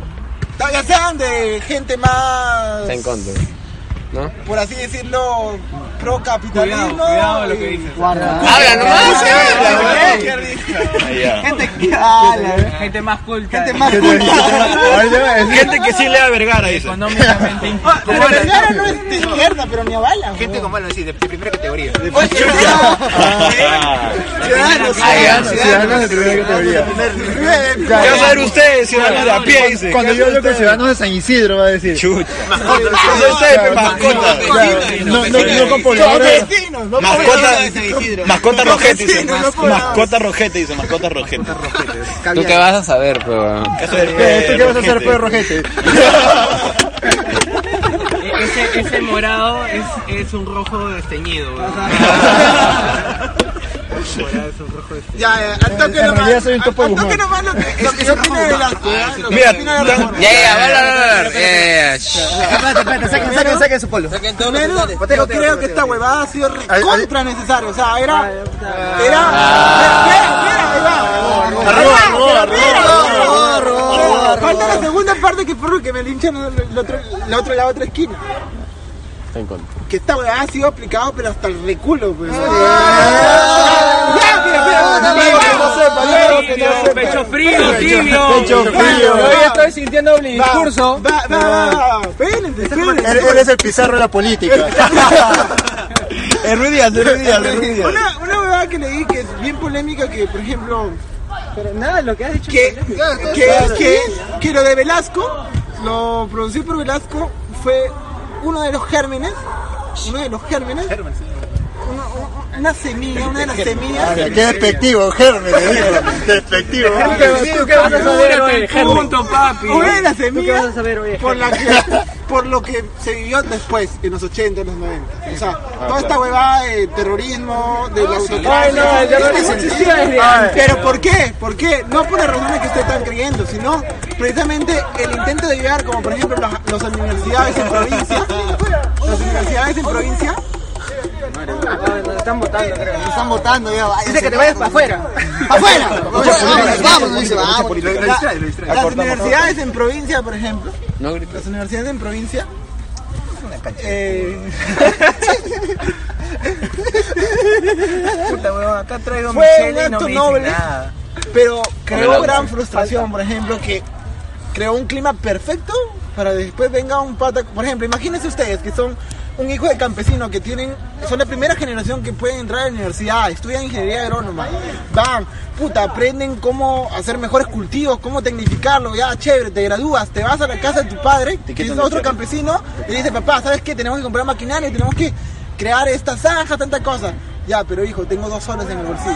Ta- Ya sean de gente más, Está en contra. ¿No? por así decirlo, pro capitalismo. Cuidado, cuidado lo que dices. Habla nomás, Gente que gente más culta. eh, Gente más Gente que sí le da vergara, dice. Pero Vergara no es de izquierda, pero ni a bala. Gente con balas, sí, de primera categoría. Ah, Ciudadanos, ciudadanos, Ciudadanos de primera categoría. ciudadanos. ¿Qué va a saber usted, ciudadano de a pie? Dice. Cuando yo hablo con ciudadanos de San Isidro, va a decir. Chucha. Soy usted, pe, Ah, mascota. No, no, no con pobladores. Mascota, mascota rojete, dice. mas- Mascota rojete, dice. Mascota rojete. ¿Tú qué vas a saber, pues? weón? ¿Qué vas a hacer, Eh, ¿Tú pe, qué vas a hacer, rojete? pues, Rojete? E- Ese, ese morado es, es un rojo desteñido. güey. Ya, eh, al toque En nomás. realidad soy un topo Al de toque nomás Guzmán. lo que lo que se opina de la Ah, ciudad. lo que Mira, se opina de la dan- reforma. Ya, ya, va, va, va, va, ya, ya, shh. Espérate, espérate, saquen, saquen, saquen su polo. Primero, yo creo que esta huevada ha sido contra necesario. O sea, era. Era. Falta la segunda parte que por lo que me linchan el otro- la otra la otra esquina. Está en contra. Que esta huevada ha sido aplicado pero hasta el reculo, pues. Ya, mira, mira, Tibio, pecho frío, tibio. Pecho frío. Yo ya estoy sintiendo mi discurso. Va, va, va, va. Espérense, Eres espérense. eres el pizarro de la política. Eh, Ruiz Díaz, eh, Ruiz Díaz, eh, Ruiz Díaz. Una, una huevada que leí que es bien polémica, que por ejemplo, Pero nada, lo que has dicho que, que, que, que lo de Velasco, lo producido por Velasco, fue uno de los gérmenes, uno de los gérmenes, una, una- una semilla, una de las Ah, semillas. Qué despectivo, Germe, te digo. Despectivo. ¿Tú qué vas a saber hoy, Germen? Punto, papi. Una de las ¿Tú qué vas a semillas saber hoy, por, Germen? la que, por lo que se vivió después, en los 80, en los 90. O sea, Ah, toda esta huevada de terrorismo, de la autocracia. no, el terrorismo Ay, existió desde Pero ¿por qué? ¿Por qué? No por las razones que ustedes están creyendo, sino precisamente el intento de llegar, como por ejemplo las, las universidades en provincia, las universidades en provincia, madre. Nos están votando, creo. Nos están votando ya. váyanse. Dice que te vayas para afuera. ¡Para afuera! Vamos, vamos, dice, Mucha vamos. política. Lo La- distrae, lo distrae. Las Cortamos, universidades en provincia, por ejemplo. No Las universidades en provincia. Eh, Puta, weón, acá traigo Fue Michelle un y no acto me noble, noble, nada. Pero Con creó el gran auto. frustración, por ejemplo, que creó un clima perfecto para después venga un pata. Por ejemplo, imagínense ustedes que son un hijo de campesino que tienen, son la primera generación que pueden entrar a la universidad, estudian ingeniería agrónoma, van, puta, aprenden cómo hacer mejores cultivos, cómo tecnificarlo, ya, chévere, te gradúas, te vas a la casa de tu padre, que es quitan la otro tierra. campesino, y le dice, papá, ¿sabes qué? Tenemos que comprar maquinaria, tenemos que crear estas zanjas, tanta cosa. Ya, pero hijo, tengo dos horas en el bolsillo.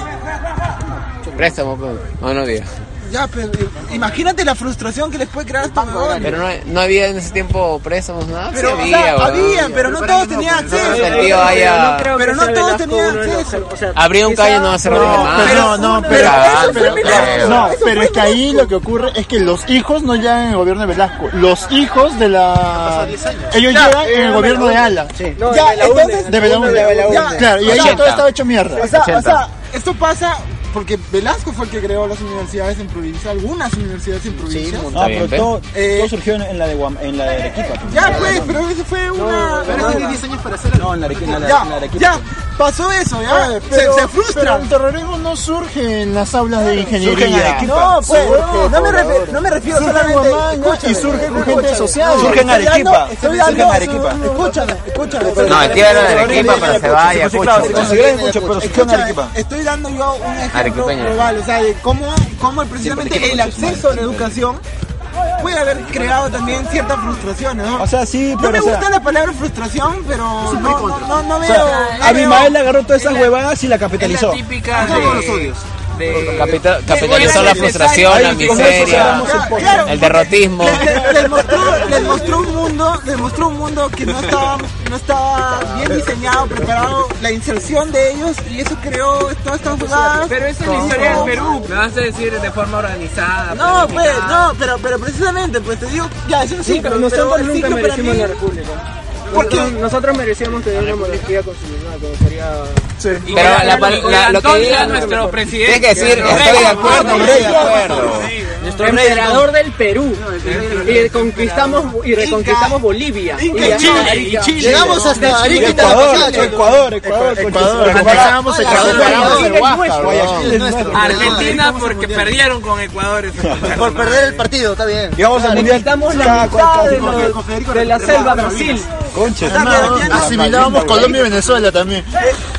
Préstamo, pues. No, no había. Ya, pero eh, imagínate la frustración que les puede crear a estos huevones. Pero no, no había en ese tiempo préstamos, nada. Pero, sí o había, sea, weón. habían, pero no todos tenían Nosotros acceso. el tío haya- Pero no todos tenían acceso. Abrir un calle no va a ser más. Pero no, no, pero, pero- no, pero es que ahí lo que ocurre es que los hijos no llegan en el gobierno de Velasco, los hijos de la ellos Ya, llegan eh, en el gobierno de Belaúnde. Ala. Sí. No, ya, de Belaúnde. entonces de Belaúnde. De Belaúnde. Ya, Claro, y ahí Ochenta. todo estaba hecho mierda. O sea, o sea, esto pasa porque Velasco fue el que creó las universidades en provincia, algunas universidades en provincia. Eh, No, Ah, pero todo, todo surgió en- en la de, Guam- en la de Arequipa. pues. Ya, pues, pero eso fue una. pero tiene 10 años para hacer No, en la Arequipa, en la- Ya, en la Arequipa. ya, pasó eso, ya. Ah, Se- pero- se, frustra. pero el terrorismo no surge en las aulas de Surge en ingeniería. Arequipa. No, pues, no, no me refiero, no me refiero Surge en solamente. Huamanga y surge con gente social. Surgen Surge en Arequipa. Escúchame, escúchame. No, el tío era de Arequipa, pero se va a Ayacucho. Escúchame, eh, Estoy dando yo un ejemplo Arequipeño. global, o sea, de cómo, cómo precisamente el acceso a la educación puede haber creado también ciertas frustraciones, ¿no? O sea, sí, No pero, me o sea- gusta la palabra frustración, pero no, no, no, no O veo... sea, no Abimael veo- agarró todas esas huevadas y la capitalizó. típica Acá con de- los odios. Capita- capitalizó la frustración, la miseria, el derrotismo. Les, les mostró, les mostró un mundo, les mostró un mundo que no estaba, no estaba bien diseñado, preparado, la inserción de ellos y eso creó todas estas jugadas. Pero esa es la historia del Perú. Me vas a decir de forma organizada. No, pues, planificada. no, pero, pero precisamente, pues te digo, ya, eso sí, Sí, pero nosotros nunca merecimos la república. Porque- Nosotros, nosotros merecíamos tener una monarquía constitucional, como sería... Pero la- la- la- lo que diga nuestro presidente. Tienes que decir, estoy de acuerdo, estoy de acuerdo. Nuestro emperador del Perú. Y conquistamos y reconquistamos Bolivia. Inca y y hasta Chile, Arica. y Chile. Llegamos hasta De Chile. Arica y Ecuador, Tarapacá, Ecuador, Ecuador, Ecuador. Empezamos Ecuador, Argentina porque perdieron con Ecuador. Por perder el partido, está bien. Llegamos al mundial. Estamos la Cada- mitad de, con- los- con de la selva Brasil. Conches. Asimilábamos Colombia y Venezuela también.